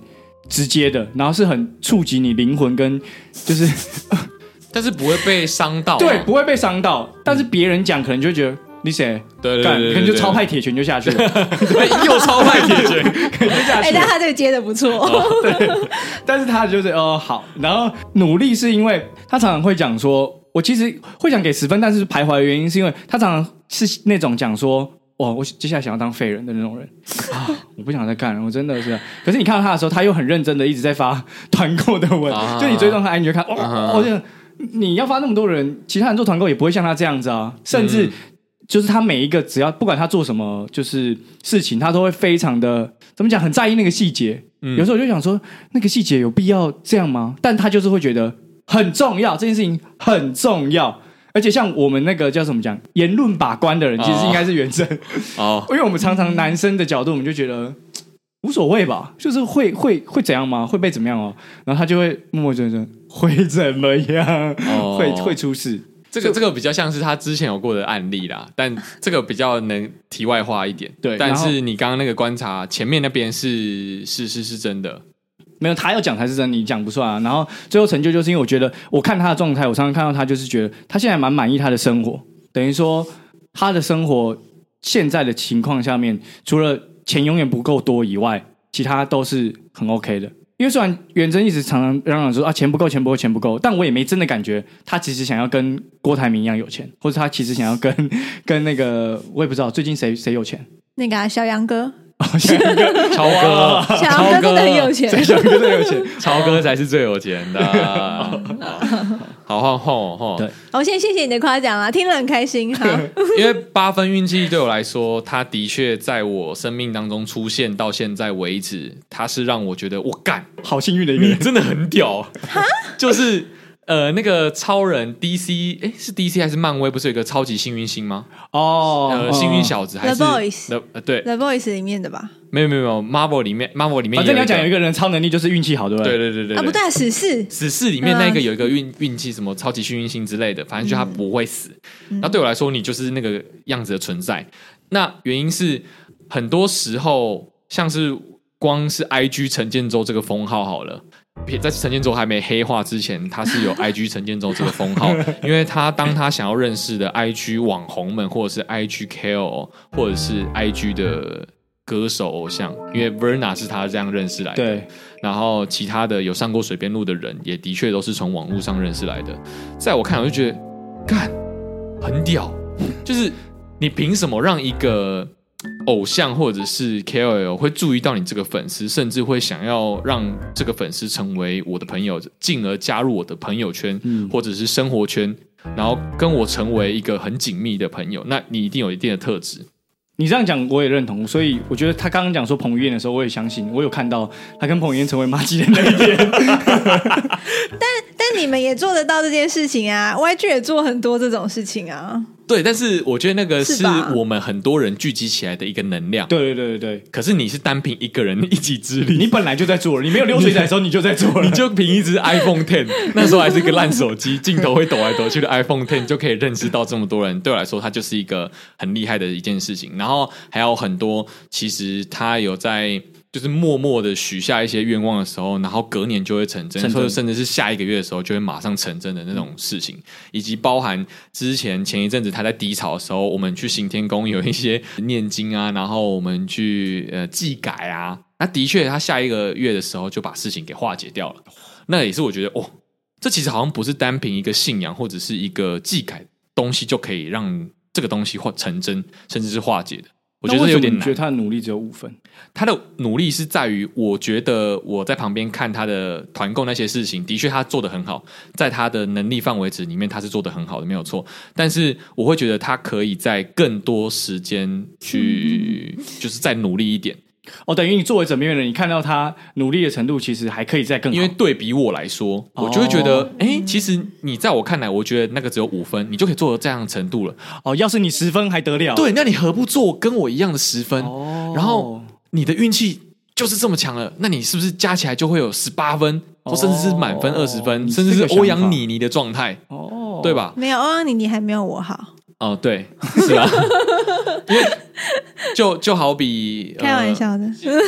D: 直接的，然后是很触及你灵魂跟就是
A: 哦但是不会被伤到啊，
D: 对，不会被伤到。但是别人讲可能就会觉得你谁
A: 对对
D: 干，
A: 对，
D: 可能就超
A: 派，
D: 派铁拳就下去了，
A: 对 [LAUGHS] 又超派解决，
D: [LAUGHS] 就下
F: 哎，
D: 去了
F: 但。他这个接的不错，
A: 哦
D: 但是他就是哦好，然后努力是因为他常常会讲说，我其实会想给十分，但是徘徊的原因是因为他常常是那种讲说。哇！我接下来想要当废人的那种人啊！我不想再干了，我真的是。可是你看到他的时候，他又很认真的一直在发团购的文，
A: 啊
D: 就你追踪他，你就看，哦，
A: 啊
D: 哦，这样你要发那么多人，其他人做团购也不会像他这样子啊。甚至
A: 嗯
D: 就是他每一个只要不管他做什么，就是事情，他都会非常的怎么讲，很在意那个细节。有时候我就想说，那个细节有必要这样吗？但他就是会觉得很重要，这件事情很重要。而且像我们那个叫什么讲言论把关的人，其实应该是原生，
A: 哦，
D: 因为我们常常男生的角度，我们就觉得无所谓吧，就是会会会怎样吗？会被怎么样哦？然后他就会默默觉得会怎么样，
A: 哦
D: 会会出事。
A: 这个这个比较像是他之前有过的案例啦，但这个比较能题外话一点。
D: 对
A: 但
D: 然后
A: 是你刚刚那个观察前面那边是是是是真
D: [LAUGHS]
A: 的，
D: 没有，他要讲才是真，你讲不算啊。然后最后成就就是因为我觉得，我看他的状态，我常常看到他就是觉得他现在蛮满意他的生活，等于说他的生活现在的情况下面，除了钱永远不够多以外，其他都是很 OK 的。因为虽然远征一直常常嚷嚷说啊钱不够钱不够钱不够，但我也没真的感觉他其实想要跟郭台铭一样有钱，或者他其实想要跟 [LAUGHS] 跟那个我也不知道最近谁谁有钱，
F: 那个啊小
A: [LAUGHS]
F: 杨哥，
A: 超哥，
F: 小杨哥真的很有钱，
D: 谁想跟谁有钱？
A: 超哥才是最有钱的。啊
D: [LAUGHS]
A: 好，换换我，换我
D: 对
F: 我先谢谢你的夸奖啦，听了很开心。好，
A: 因为八分运气对我来说，它的确在我生命当中出现到现在为止，它是让我觉得我干，
D: 好幸运的一个
A: 你
D: 人，
A: 真的很屌，就是。呃，那个超人 DC，哎，是 DC 还是漫威？不是有一个超级幸运星吗？
D: 哦，
A: 呃，
D: 哦
A: 幸运小子还是
F: The Boys
A: 呃呃对，
F: The Voice 里面的吧？
A: 没有没有没有，Marvel 里面 Marvel 里面
D: 反正你要
A: 一
D: 讲有一
A: 个，
D: 个人超能力就是运气好，对不
A: 对
D: 对？
A: 对对对
F: 啊，不对啊，史事
A: 死侍里面那个
F: 嗯
A: 有一个运运气什么超级幸运星之类的，反正就他不会死。
F: 嗯
A: 那、对我来说，你就是那个样子的存在。那原因是很多时候，像是光是 I G 陈建州这个封号好了。在陈建州还没黑化之前，他是有 I G [LAUGHS] 陈建州这个封号，因为他当他想要认识的 I G 网红们，或者是 I G K O，或者是 I G 的歌手偶像，因为 Verna 是他这样认识来的。
D: 对，
A: 然后其他的有上过水边路的人，也的确都是从网络上认识来的。在我看来，我就觉得干很屌，就是你凭什么让一个偶像或者是 KOL 会注意到你这个粉丝，甚至会想要让这个粉丝成为我的朋友，进而加入我的朋友圈、或者是生活圈，然后跟我成为一个很紧密的朋友？那你一定有一定的特质。
D: 你这样讲我也认同，所以我觉得他刚刚讲说彭于晏的时候，我也相信，我有看到他跟彭于晏成为马吉的那一天。
F: 但你们也做得到这件事情啊，YG 也做很多这种事情啊。
A: 对，但是我觉得那个
F: 是
A: 是
F: 吧
A: 我们很多人聚集起来的一个能量。
D: 对对对对
A: 可是你是单凭一个人一己之
D: 对， [LAUGHS]
A: 力，
D: 你本来就在做了，你没有流水仔的时候你就在做了，
A: 你就凭一只 iPhone Ten，那时候还是一个烂手机，镜头会抖来抖去的 iPhone Ten 就可以认识到这么多人。对我来说，它就是一个很厉害的一件事情。然后还有很多，其实他有在。就是默默的许下一些愿望的时候，然后隔年就会成真，
D: 成真
A: 或者甚至是下一个月的时候就会马上成真的那种事情，以及包含之前前一阵子他在低潮的时候，我们去行天宫有一些念经啊，然后我们去呃祭改啊，那的确他下一个月的时候就把事情给化解掉了。那也是我觉得哦，这其实好像不是单凭一个信仰或者是一个技改东西就可以让这个东西化成真，甚至是化解的。我觉得这有点
D: 那为什么你觉得
A: 难。
D: 他的努力只有五分？
A: 他的努力是在于，我觉得我在旁边看他的团购那些事情，的确他做的很好，在他的能力范围值里面，他是做的很好的，没有错。但是我会觉得他可以在更多时间
D: 嗯
A: 去，就是再努力一点。
D: 哦，等于你作为枕边人，你看到他努力的程度，其实还可以再更好。
A: 因为对比我来说，
D: 哦
A: 我就会觉得，哎、其实你在我看来，我觉得那个只有五分，你就可以做到这样的程度了。
D: 哦，要是你十分还得了？
A: 对，那你何不做跟我一样的十分？
D: 哦
A: 然后你的运气就是这么强了，那你是不是加起来就会有十八分，或甚至是满分
D: 哦
A: 二十分，
D: 你
A: 甚至是
D: 这个
A: 欧
D: 想
A: 阳
D: 法
A: 妮妮的状态，
D: 哦，
A: 对吧？
F: 没有欧阳妮妮还没有我好，
A: 哦，对，是
D: [LAUGHS]
A: 啊，因为就就好比
F: 开玩，
A: 呃
F: 笑的， [LAUGHS]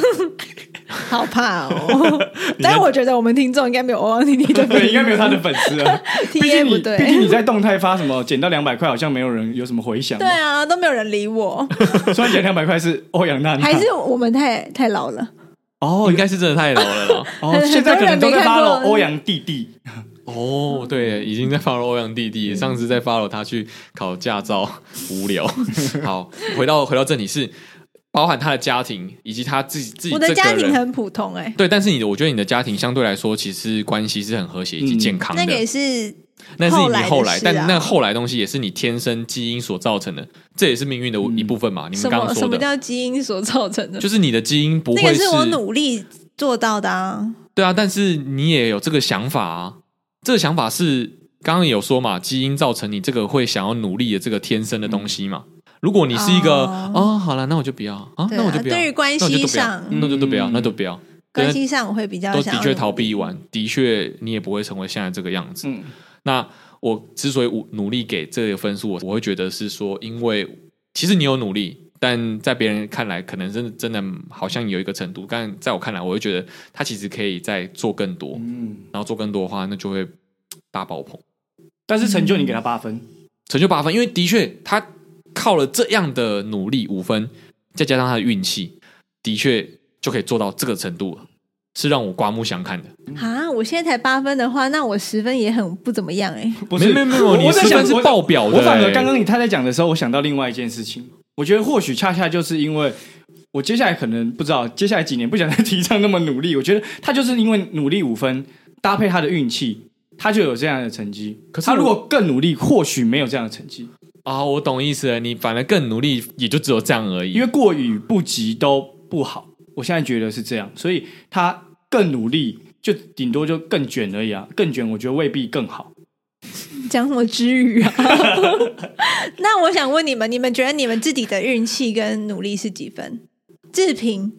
F: 好
A: [LAUGHS]
F: 怕哦。但我觉得我们听众应该没有欧阳妮妮的
D: [LAUGHS] 对，应该没有他的粉丝了。毕
F: [LAUGHS] T A
D: 竟
F: 不
D: 你，毕竟
F: 对，
D: 你在动态发什么捡到两百块，好像没有人有什么回响。
F: 对，啊，都没有人
A: [LAUGHS]
F: 理我，
D: 虽然捡两百块是欧阳娜娜，
F: 还是我们太太老了。
A: 哦，应该是真的太老了
D: [LAUGHS]
A: 啦。
D: 哦，现在可能都在发
F: 很多人没看
D: 了
F: 过
D: 欧阳弟弟。
F: 嗯
A: 哦，对，已经在 follow 欧阳弟弟，上次在 follow 他去考驾照， [LAUGHS] 无
F: [LAUGHS]
A: 聊。好，回到回到这里是包含他的家庭以及他自己自己
F: 我的
A: 这
F: 家
A: 个
F: 庭
A: 人。
F: 很普通哎，
A: 对，但是你的，我觉得你的家庭相对来说，其实关系是很和谐以及
D: 嗯
A: 健康的。
F: 那个也是
A: 那是你后
F: 后
A: 来，
F: 来的事啊
A: 但那后来东西也是你天生基因所造成的，这也是命运的一部分嘛。你
F: 什
A: 们刚
F: 么
A: 刚
F: 什
A: 说
F: 么
A: 的，
F: 叫基因所造成的
A: 就？是你的基因不
F: 那
A: 会
F: 个是我努力做到的啊。
A: 对啊，但是你也有这个想法啊。这个想法是刚刚有说嘛，基因造成你这个会想要努力的这个天生的东西嘛。如果你是一个
F: 哦
A: 哦好了，那我就不要啊，
F: 对啊
A: 那我就不要。
F: 对于关系
A: 那我就都不要
F: 上
A: 那就都不要，
D: 嗯
A: 那就不要。
F: 关系上我会比较
A: 都
F: 想
A: 的
F: 要
A: 确逃避完，的确你也不会成为现在这个样子。
D: 嗯
A: 那我之所以努努力给这个分数，我我会觉得是说，因为其实你有努力，但在别人看来，可能真的真的好像有一个程度，但在我看来，我会觉得他其实可以再做更多，
D: 嗯，
A: 然后做更多的话，那就会嘖大爆棚，
D: 但是成就你给他八分，
A: 成就八分。因为的确他靠了这样的努力五分，再加上他的运气，的确就可以做到这个程度了，是让我刮目相看的。
F: 啊！我现在才八分的话，那我十分也很不怎么样哎、
D: 不是
A: 没没没有
D: 我
A: 你
D: 我在
A: 十分
D: 想
A: 是
D: 我
A: 爆表的
D: 我反而
A: 欸
D: 刚刚你太太讲的时候，我想到另外一件事情，我觉得或许恰恰就是因为。我接下来可能不知道，接下来几年不想再提倡那么努力。我觉得他就是因为努力五分，搭配他的运气，他就有这样的成绩。
A: 可是
D: 他如
A: 我
D: 果更努力，或许没有这样的成绩，
A: 啊、我懂意思了。你反而更努力，也就只有这样而已。
D: 因为过与不及都不好。我现在觉得是这样，所以他更努力，就顶多就更卷而已啊。更卷，我觉得未必更好。
F: [LAUGHS] 讲什么之语啊？ [LAUGHS] 那我想问你们，你们觉得你们自己的运气跟努力是几分？自评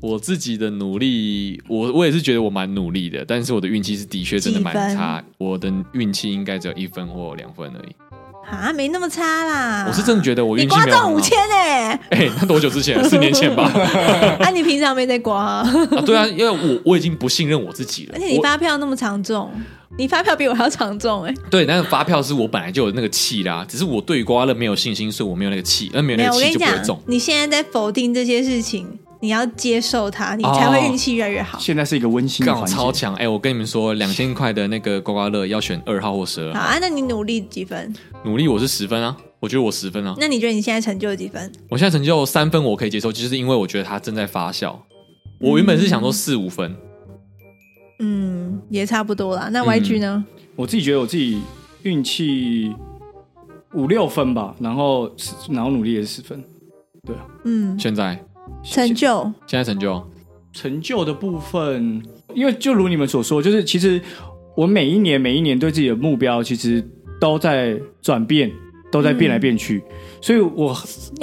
A: 我自己的努力，我我也是觉得我蛮努力的，但是我的运气是的确真的蛮差，我的运气应该只有一分或两分而已。
F: 啊，没那么差啦。
A: 我是真的觉得我
F: 啊你
A: 运气
F: 刮
A: 没有很好
F: 中五千哎，
A: 哎、那多久之
F: [LAUGHS]
A: 前？四年前吧。
F: 啊，你平常没在刮、
A: 啊，对啊，因为我我已经不信任我自己了。
F: 而且你
A: 我
F: 发票那么常中，你发票比我还要常中哎、
A: 对那个发票是我本来就有那个气啦，只是我对于刮乐没有信心，所以我没有那个气，而、没有
F: 没
A: 那
F: 有，
A: 个
F: 我跟
A: 气
F: 你
A: 就不会
F: 讲
A: 中，。
F: 你现在在否定这些事情，你要接受它，你才会运气越来越好。
D: 现在是一个温馨的
A: 刚好
D: 环
A: 超
D: 节，
A: 强！哎、我跟你们说，两千块的那个刮刮乐要选二号或十二
F: 好
A: 号。
F: 啊，那你努力几分？
A: 努力我是十分啊，我觉得我十分啊。
F: 那你觉得你现在成就几分？
A: 我现在成就三分，我可以接受，就是因为我觉得它正在发酵。我原本是想说四五分，
F: 嗯，也差不多啦。那 YG 呢？
D: 我自己觉得我自己运气五六分吧，然后然后努力也是十分。
F: 嗯，
A: 现在
F: 成就
A: 现在成哦就
D: 成就的部分，因为就如你们所说，就是其实我每一年每一年对自己的目标，其实都在转变，都在变来变去，
F: 嗯
D: 所以我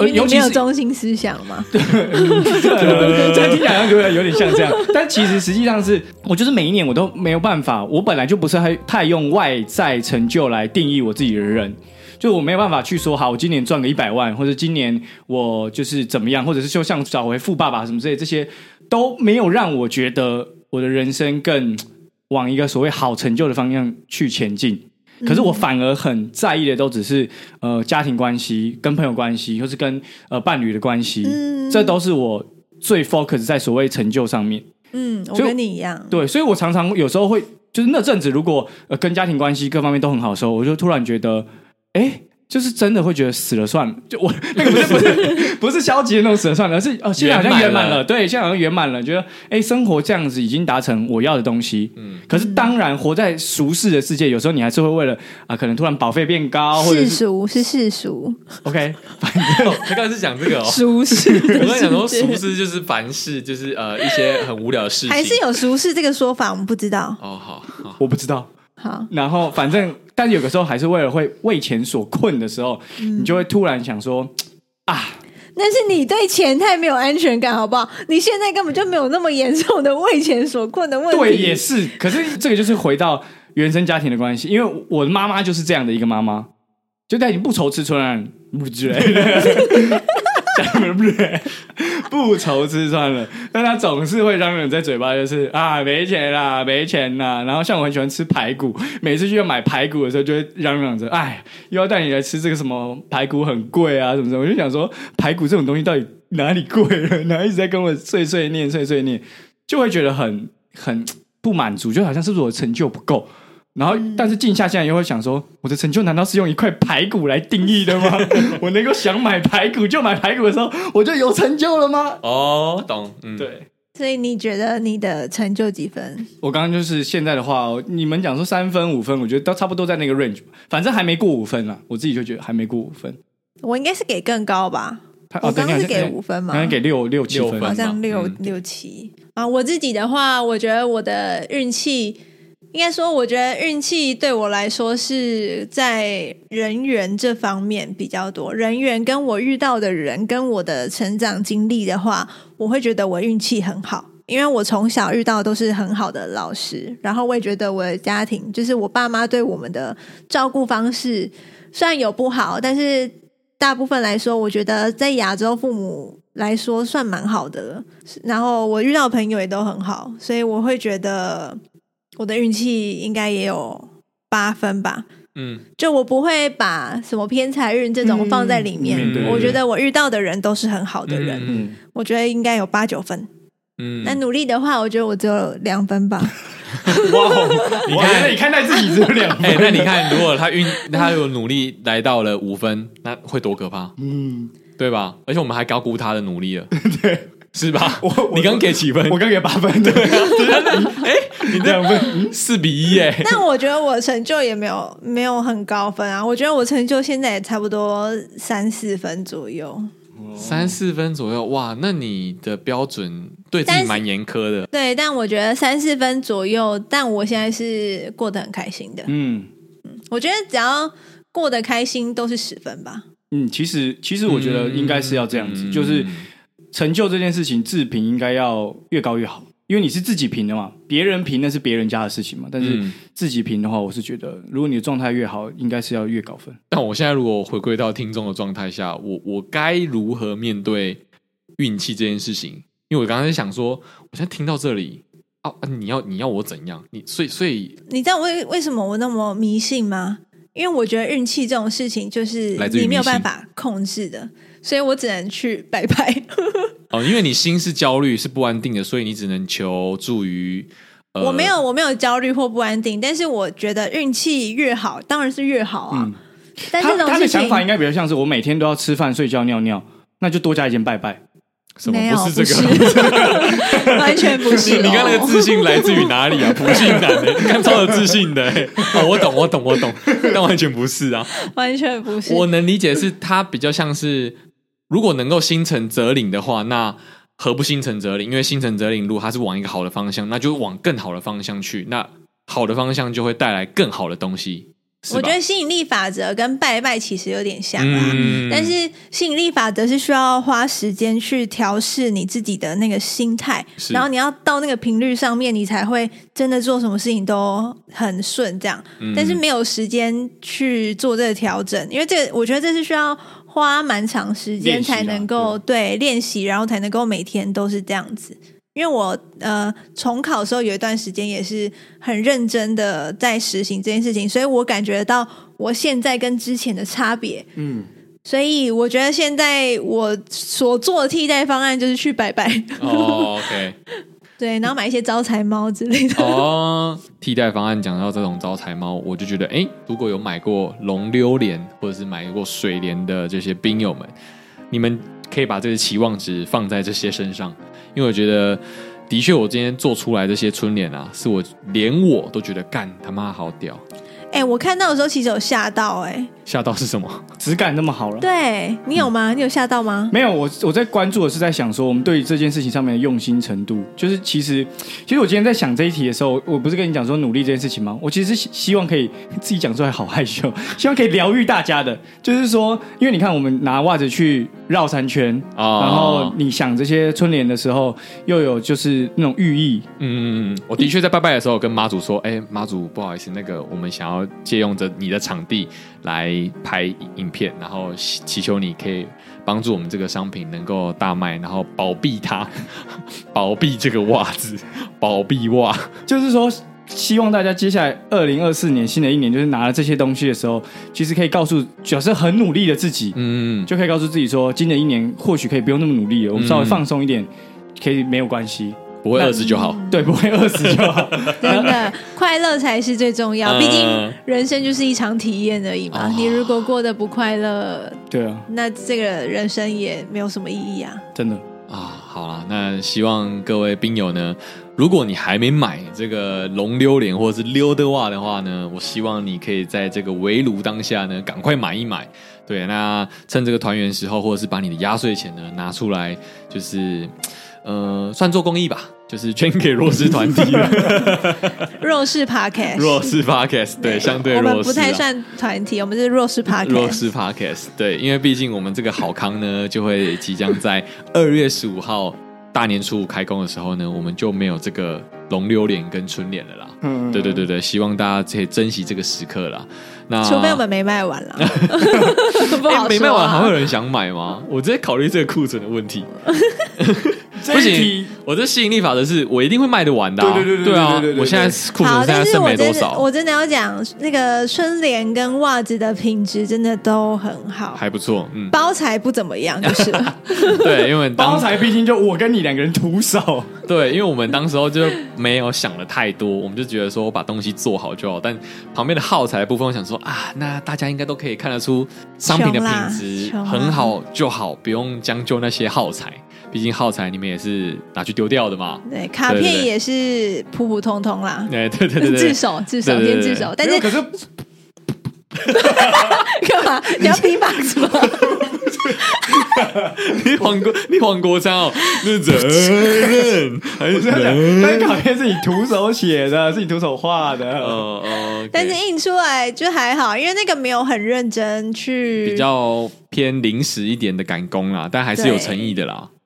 F: 因
D: 呃
F: 为
D: 尤
F: 你
D: 其
F: 没有
D: 是
F: 中心思想嘛。
D: 这样听起来好像有点有点像这样，但其实实际上是我就是每一年我都没有办法，我本来就不是太太用外在成就来定义我自己的人。就我没有办法去说，好，我今年赚个一百万，或者今年我就是怎么样，或者是就像找回富爸爸什么之类，这些都没有让我觉得我的人生更往一个所谓好成就的方向去前进。可是我反而很在意的都只是呃家庭关系、跟朋友关系，或是跟呃伴侣的关系，这都是我最 focus 在所谓成就上面。
F: 嗯，我
D: 所以
F: 跟你一样。
D: 对，所以我常常有时候会，就是那阵子如果呃跟家庭关系各方面都很好的时候，我就突然觉得，哎，就是真的会觉得死了算了，就我那个不是不是不是消极的那种死了算了，而是哦，现在好像圆
A: 圆
D: 满
A: 满了
D: 了，对，现在好像圆满了，觉得哎，生活这样子已经达成我要的东西。嗯，可是当然，活在俗世的世界，有时候你还是会为了啊，可能突然保费变高，啊或者
F: 世
D: 是
F: 俗是世俗，
D: OK，
A: 他刚才 [LAUGHS] 是讲这个哦。
F: 俗世 [LAUGHS] 的世界。
A: 我刚才讲说，俗事就是凡事就是呃一些很无聊的事情，
F: 还是有俗世这个说法，我们不知道。
A: 哦，好好，
D: [LAUGHS] 我不知道。
F: 好，
D: 然后反正，但有的时候还是为了会为钱所困的时候，你就会突然想说，
F: 那是你对钱太没有安全感，好不好？你现在根本就没有那么严重的为钱所困的问题。
D: 对，也是。可是这个就是回到原生家庭的关系，因为我的妈妈就是这样的一个妈妈，就她已经不愁吃穿了，不之类的， [LAUGHS] 讲得不对，不愁吃穿了，但她总是会嚷嚷在嘴巴，就是啊没钱啦，没钱啦。然后像我很喜欢吃排骨，每次去要买排骨的时候，就会嚷嚷着，哎，又要带你来吃这个什么排骨很贵啊，什么什么。我就想说，排骨这种东西到底哪里贵了？然后一直在跟我碎碎念，碎碎念。就会觉得很很不满足，就好像是不是我的成就不够。然后，但是静下心来又会想说，我的成就难道是用一块排骨来定义的吗？我能够想买排骨就买排骨的时候，我就有成就了吗？
A: 哦，懂，嗯，，
D: 对
F: 所以你觉得你的成就几分？
D: 我刚刚就是现在的话，你们讲说三分五分，我觉得都差不多在那个 range，反正还没过五分啦，我自己就觉得还没过五分。
F: 我应该是给更高吧？
D: 他
F: 我刚刚是给五
D: 五
F: 分嘛，
D: 哦刚刚给六六七
A: 六
D: 分
A: 分
F: 好
A: 嘛
F: 像六
A: 嗯
F: 六七啊。我自己的话，我觉得我的运气，应该说，我觉得运气对我来说是在人缘这方面比较多。人缘跟我遇到的人，跟我的成长经历的话，我会觉得我运气很好。因为我从小遇到都是很好的老师，然后我也觉得我的家庭，就是我爸妈对我们的照顾方式，虽然有不好，但是大部分来说，我觉得在亚洲父母来说算蛮好的了。然后我遇到的朋友也都很好，所以我会觉得我的运气应该也有八分吧。
A: 嗯，
F: 就我不会把什么偏财运这种放在里面，
D: 嗯对
F: 我觉得我遇到的人都是很好的
A: 嗯
F: 人，
D: 嗯，
F: 我觉得应该有八九分。
A: 嗯
F: 那、努力的话，我觉得我只有两分吧。
D: 哇哦！你看，你看待自己只有两分，
A: 哎、那你看，如果他运，他有努力来到了五分，那会多可怕，嗯，对吧？而且我们还高估他的努力了，对，是吧？
D: 我
A: 你刚给几分
D: 我？刚给八分，嗯对， [LAUGHS]
A: 你两分四比一，哎，
F: 但我觉得我成就也没有没有很高分啊，我觉得我成就现在也差不多三四分左右。
A: 三四分左右，哇，那你的标准对自
F: 但
A: 己
F: 是
A: 蛮严苛的，
F: 对，但我觉得三四分左右，但我现在是过得很开心的。
D: 嗯。
F: 我觉得只要过得开心都是十分吧。
D: 嗯，其实其实我觉得应该是要这样子，
A: 嗯
D: 就是成就这件事情，自评应该要越高越好，因为你是自己评的嘛，别人评那是别人家的事情嘛，但是
A: 嗯
D: 自己评的话，我是觉得如果你的状态越好，应该是要越高分。
A: 但我现在如果回归到听众的状态下，我我该如何面对运气这件事情？因为我刚才在想说，我现在听到这里，啊，啊你要你要我怎样？你所以所以
F: 你知道为为什么我那么迷信吗？因为我觉得运气这种事情就是
A: 来自于
F: 你没有
A: 迷信
F: 办法控制的，所以我只能去拜拜。
A: 哦，因为你心是焦虑是不安定的，所以你只能求助于。呃、
F: 我没有，我没有焦虑或不安定，但是我觉得运气越好，当然是越好啊。
D: 嗯
F: 但
D: 他
F: 这种
D: 他的
F: 事
D: 想
F: 情
D: 法应该比较像是我每天都要吃饭、睡觉、尿尿，那就多加一件拜拜。
A: 什么
F: 没有，
A: 不是这个。
F: 个，完全不是、
A: 你
F: [LAUGHS] 哦。
A: 你刚那个自信来自于哪 [LAUGHS] 里啊？不信男的，你刚超有自信的、欸。 [LAUGHS] 哦，我懂，我懂，我懂，但完全不是啊。
F: 完全不是。
A: 我能理解是他比较像是，如果能够心诚则灵的话，那何不心诚则灵？因为心诚则灵，如果它是往一个好的方向，那就往更好的方向去，那好的方向就会带来更好的东西，是吧
F: 我觉得吸引力法则跟拜拜其实有点像啊，
A: 嗯
F: 但是吸引力法则是需要花时间去调试你自己的那个心态，
A: 是
F: 然后你要到那个频率上面，你才会真的做什么事情都很顺这样。但是没有时间去做这个调整，因为这个我觉得这是需要花蛮长时间
D: 练习啊
F: 才能够对练习，然后才能够每天都是这样子。因为我呃重考的时候有一段时间也是很认真的在实行这件事情，所以我感觉到我现在跟之前的差别。
D: 嗯，
F: 所以我觉得现在我所做的替代方案就是去拜拜。
A: 哦哦，OK，
F: [LAUGHS] 对，然后买一些招财猫之类的。
A: 哦，替代方案讲到这种招财猫，我就觉得，哎，如果有买过龙溜莲或者是买过水莲的这些兵友们，你们可以把这个期望值放在这些身上，因为我觉得，的确，我今天做出来这些春联啊，是我连我都觉得干他妈好屌，
F: [LAUGHS] 哎、我看到的时候其实有吓到、哎，
A: 吓到是什么？
D: 质感那么好
A: 哦
D: 了。
F: 对你有
A: 嗯
F: 吗？你有吓
A: [LAUGHS]
F: 到吗？
D: 没有，我我在关注的是在想说，我们对于这件事情上面的用心程度，就是其实，其实我今天在想这一题的时候，我不是跟你讲说努力这件事情吗？我其实是希望可以自己讲出来，好害羞， [LAUGHS] 希望可以疗愈大家的。就是说，因为你看，我们拿袜子去绕三圈，
A: 哦
D: 然后你想这些春联的时候，又有就是那种寓意，
A: 嗯，我的确在拜拜的时候跟妈祖说，哎、妈祖，不好意思，那个我们想要借用着你的场地来拍影片，然后祈祈求你可以帮助我们这个商品能够大卖，然后保庇它，保庇这个袜子，保庇袜。
D: 就是说，希望大家接下来二零二四年新的一年，就是拿了这些东西的时候，其实可以告诉，假设很努力的自己，
A: 嗯，
D: 就可以告诉自己说，今年一年或许可以不用那么努力了，我们稍微放松一点，可以没有关系，
A: 不会饿死就好。
D: 对，不会饿死就好。
F: 真的，快乐才是最重要。
A: 嗯
F: 毕竟人生就是一场体验而已嘛。
A: 哦
F: 你如果过得不快乐，
D: 对啊，
F: 那这个人生也没有什么意义啊。
D: 真的，
A: 啊，好啦，那希望各位兵友呢，如果你还没买这个龙溜莲或者是溜的袜的话呢，我希望你可以在这个围炉当下呢，赶快买一买。对，那趁这个团圆时候，或者是把你的压岁钱呢拿出来，就是呃，算做公益吧，就是捐给弱势团
F: [LAUGHS]
A: 体了
F: 弱势 podcast，
A: 弱势 podcast，对，相对
F: 我
A: 弱势、啊，
F: 们不太算团体，我们是弱
A: [LAUGHS]
F: 势 podcast。
A: 弱势 Podcast，对，因为毕竟我们这个好康呢，就会即将在二月十五号大年初五开工的时候呢，我们就没有这个龙榴莲跟春联了啦。
D: 嗯
A: 对对对对，希望大家可以珍惜这个时刻啦。那
F: 除非我们没卖完了，不
A: 哎
F: 好说啊
A: 没卖完，还会有人想买吗？我直接考虑这个库存的问题。
D: 这
A: 不
D: 一
A: 行
D: 题，
A: 我这吸引力法则是我一定会卖得完的、啊。
D: 对对对对对
A: 啊
D: 对对！对
A: 我现在库存
F: 好，
A: 现在
F: 但是
A: 剩
F: 我
A: 没多
F: 真的
A: 少，
F: 我真的要讲，那个春联跟袜子的品质真的都很好，
A: 还不错。嗯，
F: 包材不怎么样，就
A: [LAUGHS]
F: 是了
A: 对，因为当
D: 包才毕竟就我跟你两个人徒手，
A: 对，因为我们当时候就没有想的太多，我们就觉得说我把东西做好就好。但旁边的耗材的部分，我想说啊，那大家应该都可以看得出商品的
F: 穷啦
A: 品质
F: 穷啦
A: 很好就好，不用将就那些耗材。毕竟耗材你们也是拿去丢掉的嘛。
F: 对，卡
A: 对对
F: 片
A: 对
F: 也是普普通通啦，
A: 哎，对对对对
F: 自，首自首
A: 对对
F: 先
A: 对
F: 自首，但是
D: 可是
F: 干
A: [LAUGHS]
F: 嘛？你要拼榜什么？
A: [LAUGHS] 你黄国你黄国昌哦，那责任还是责任？
D: [LAUGHS]
F: 嗯
D: 但是卡片是你徒手写的，是你徒手画的，
A: 哦哦，
F: 但是
A: OK
F: 印出来就还好，因为那个没有很认真去
A: 比较偏临时一点的赶工啦，但还是有诚意的啦。毕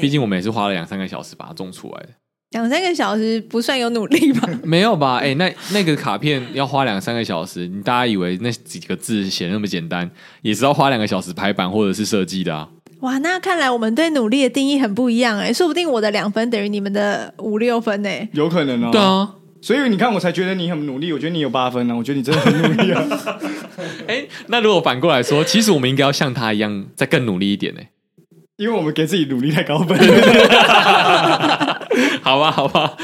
F: 对，
A: 竟我们也是花了两三个小时把它种出来的。
F: 两三个小时不算有努力吧？
A: 没有吧？哎、那那个卡片要花两三个小时，你大家以为那几个字写那么简单，也是要花两个小时排版或者是设计的啊。
F: 哇，那看来我们对努力的定义很不一样哎、说不定我的两分等于你们的五六分欸呢、
D: 有可能哦。
A: 对，啊，
D: 所以你看，我才觉得你很努力，我觉得你有八分呢，我觉得你真的很努力
A: [LAUGHS]
D: 啊。
A: 哎、那如果反过来说，其实我们应该要像他一样，再更努力一点呢、
D: 因为我们给自己努力太高 [LAUGHS] 分，
A: [LAUGHS] 好吧，好吧。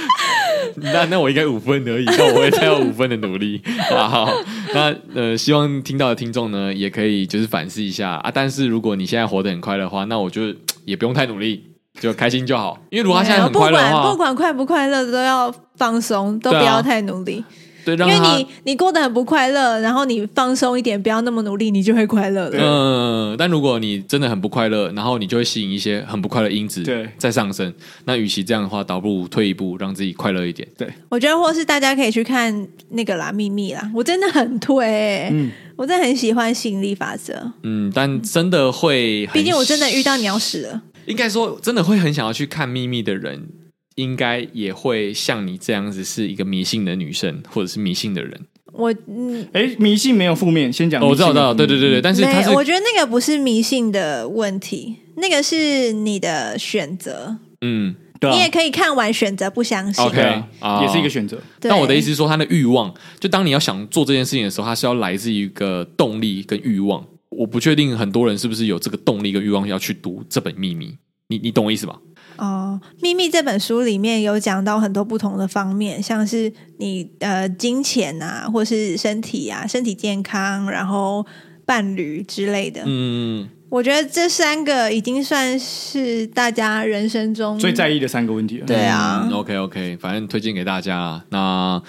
A: 那那我应该五分而已，那我会再有五分的努 [LAUGHS] 力。好好，那呃，希望听到的听众呢，也可以就是反思一下啊。但是如果你现在活得很快乐的话，那我就也不用太努力，就开心就好。因为如果他现在很
F: 不
A: 快乐的
F: 管
A: 话，
F: 不管快不快乐，都要放松，都不
A: 对啊
F: 要太努力，
A: 对，啊
F: 因
A: 让
F: 为
A: 他
F: 你你过得很不快乐，然后你放松一点，不要那么努力，你就会快乐了。
A: 嗯，但如果你真的很不快乐，然后你就会吸引一些很不快乐的因子
D: 对
A: 在上升。那与其这样的话，倒不如退一步，让自己快乐一点。
F: 我觉得或是大家可以去看那个啦，秘密啦，我真的很推、欸，我真的很喜欢吸引力法则，
A: 嗯，但真的会很，
F: 毕竟我真的遇到鸟屎了。
A: 应该说真的会很想要去看秘密的人，应该也会像你这样子是一个迷信的女生，或者是迷信的人。
F: 我嗯，
D: 哎，迷信没有负面，先讲
A: 哦，
D: 迷
A: 我知
D: 信
A: 道，
D: 没有
A: 我知道，
D: 负面。
A: 对对对对，但是他
F: 没
A: 是，
F: 我觉得那个不是迷信的问题，那个是你的选择。
A: 嗯
D: 对啊
F: 你也可以看完选择不相信。
A: ，OK，
D: 对啊
A: 啊
D: 也是一个选择。
F: 对
A: 但我的意思是说，他的欲望，就当你要想做这件事情的时候，它是要来自于一个动力跟欲望。我不确定很多人是不是有这个动力跟欲望要去读这本秘密，你你懂我意思吧？
F: 哦，《秘密》这本书里面有讲到很多不同的方面，像是你呃金钱啊，或是身体啊，身体健康，然后伴侣之类的。
A: 嗯，
F: 我觉得这三个已经算是大家人生
A: 嗯
F: 中
D: 最在意的三个问题了。
F: 对啊，
A: OK OK，反正推荐给大家啦。那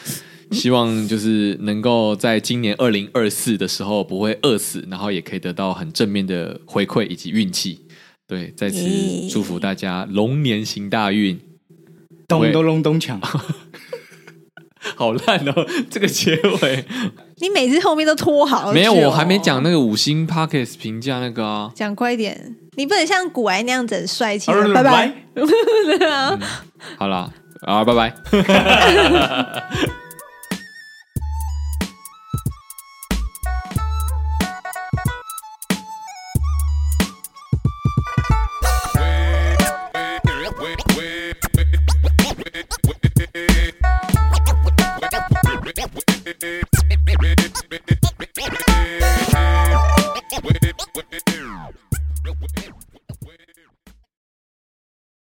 A: 希望就是能够在今年二零二四的时候不会饿死，然后也可以得到很正面的回馈以及运气。对，再次
F: 耶
A: 祝福大家龙年行大运。
D: 咚咚咚咚锵，
A: 好烂哦，这个结尾
F: 你每次后面都拖好久哦、
A: 没有，我还没讲那个五星 Pockets 评价那个啊。
F: 讲快一点，你不能像古埃那样子很帅气。
D: 好
F: 拜拜。 [LAUGHS]
A: 好啦，啊，拜拜。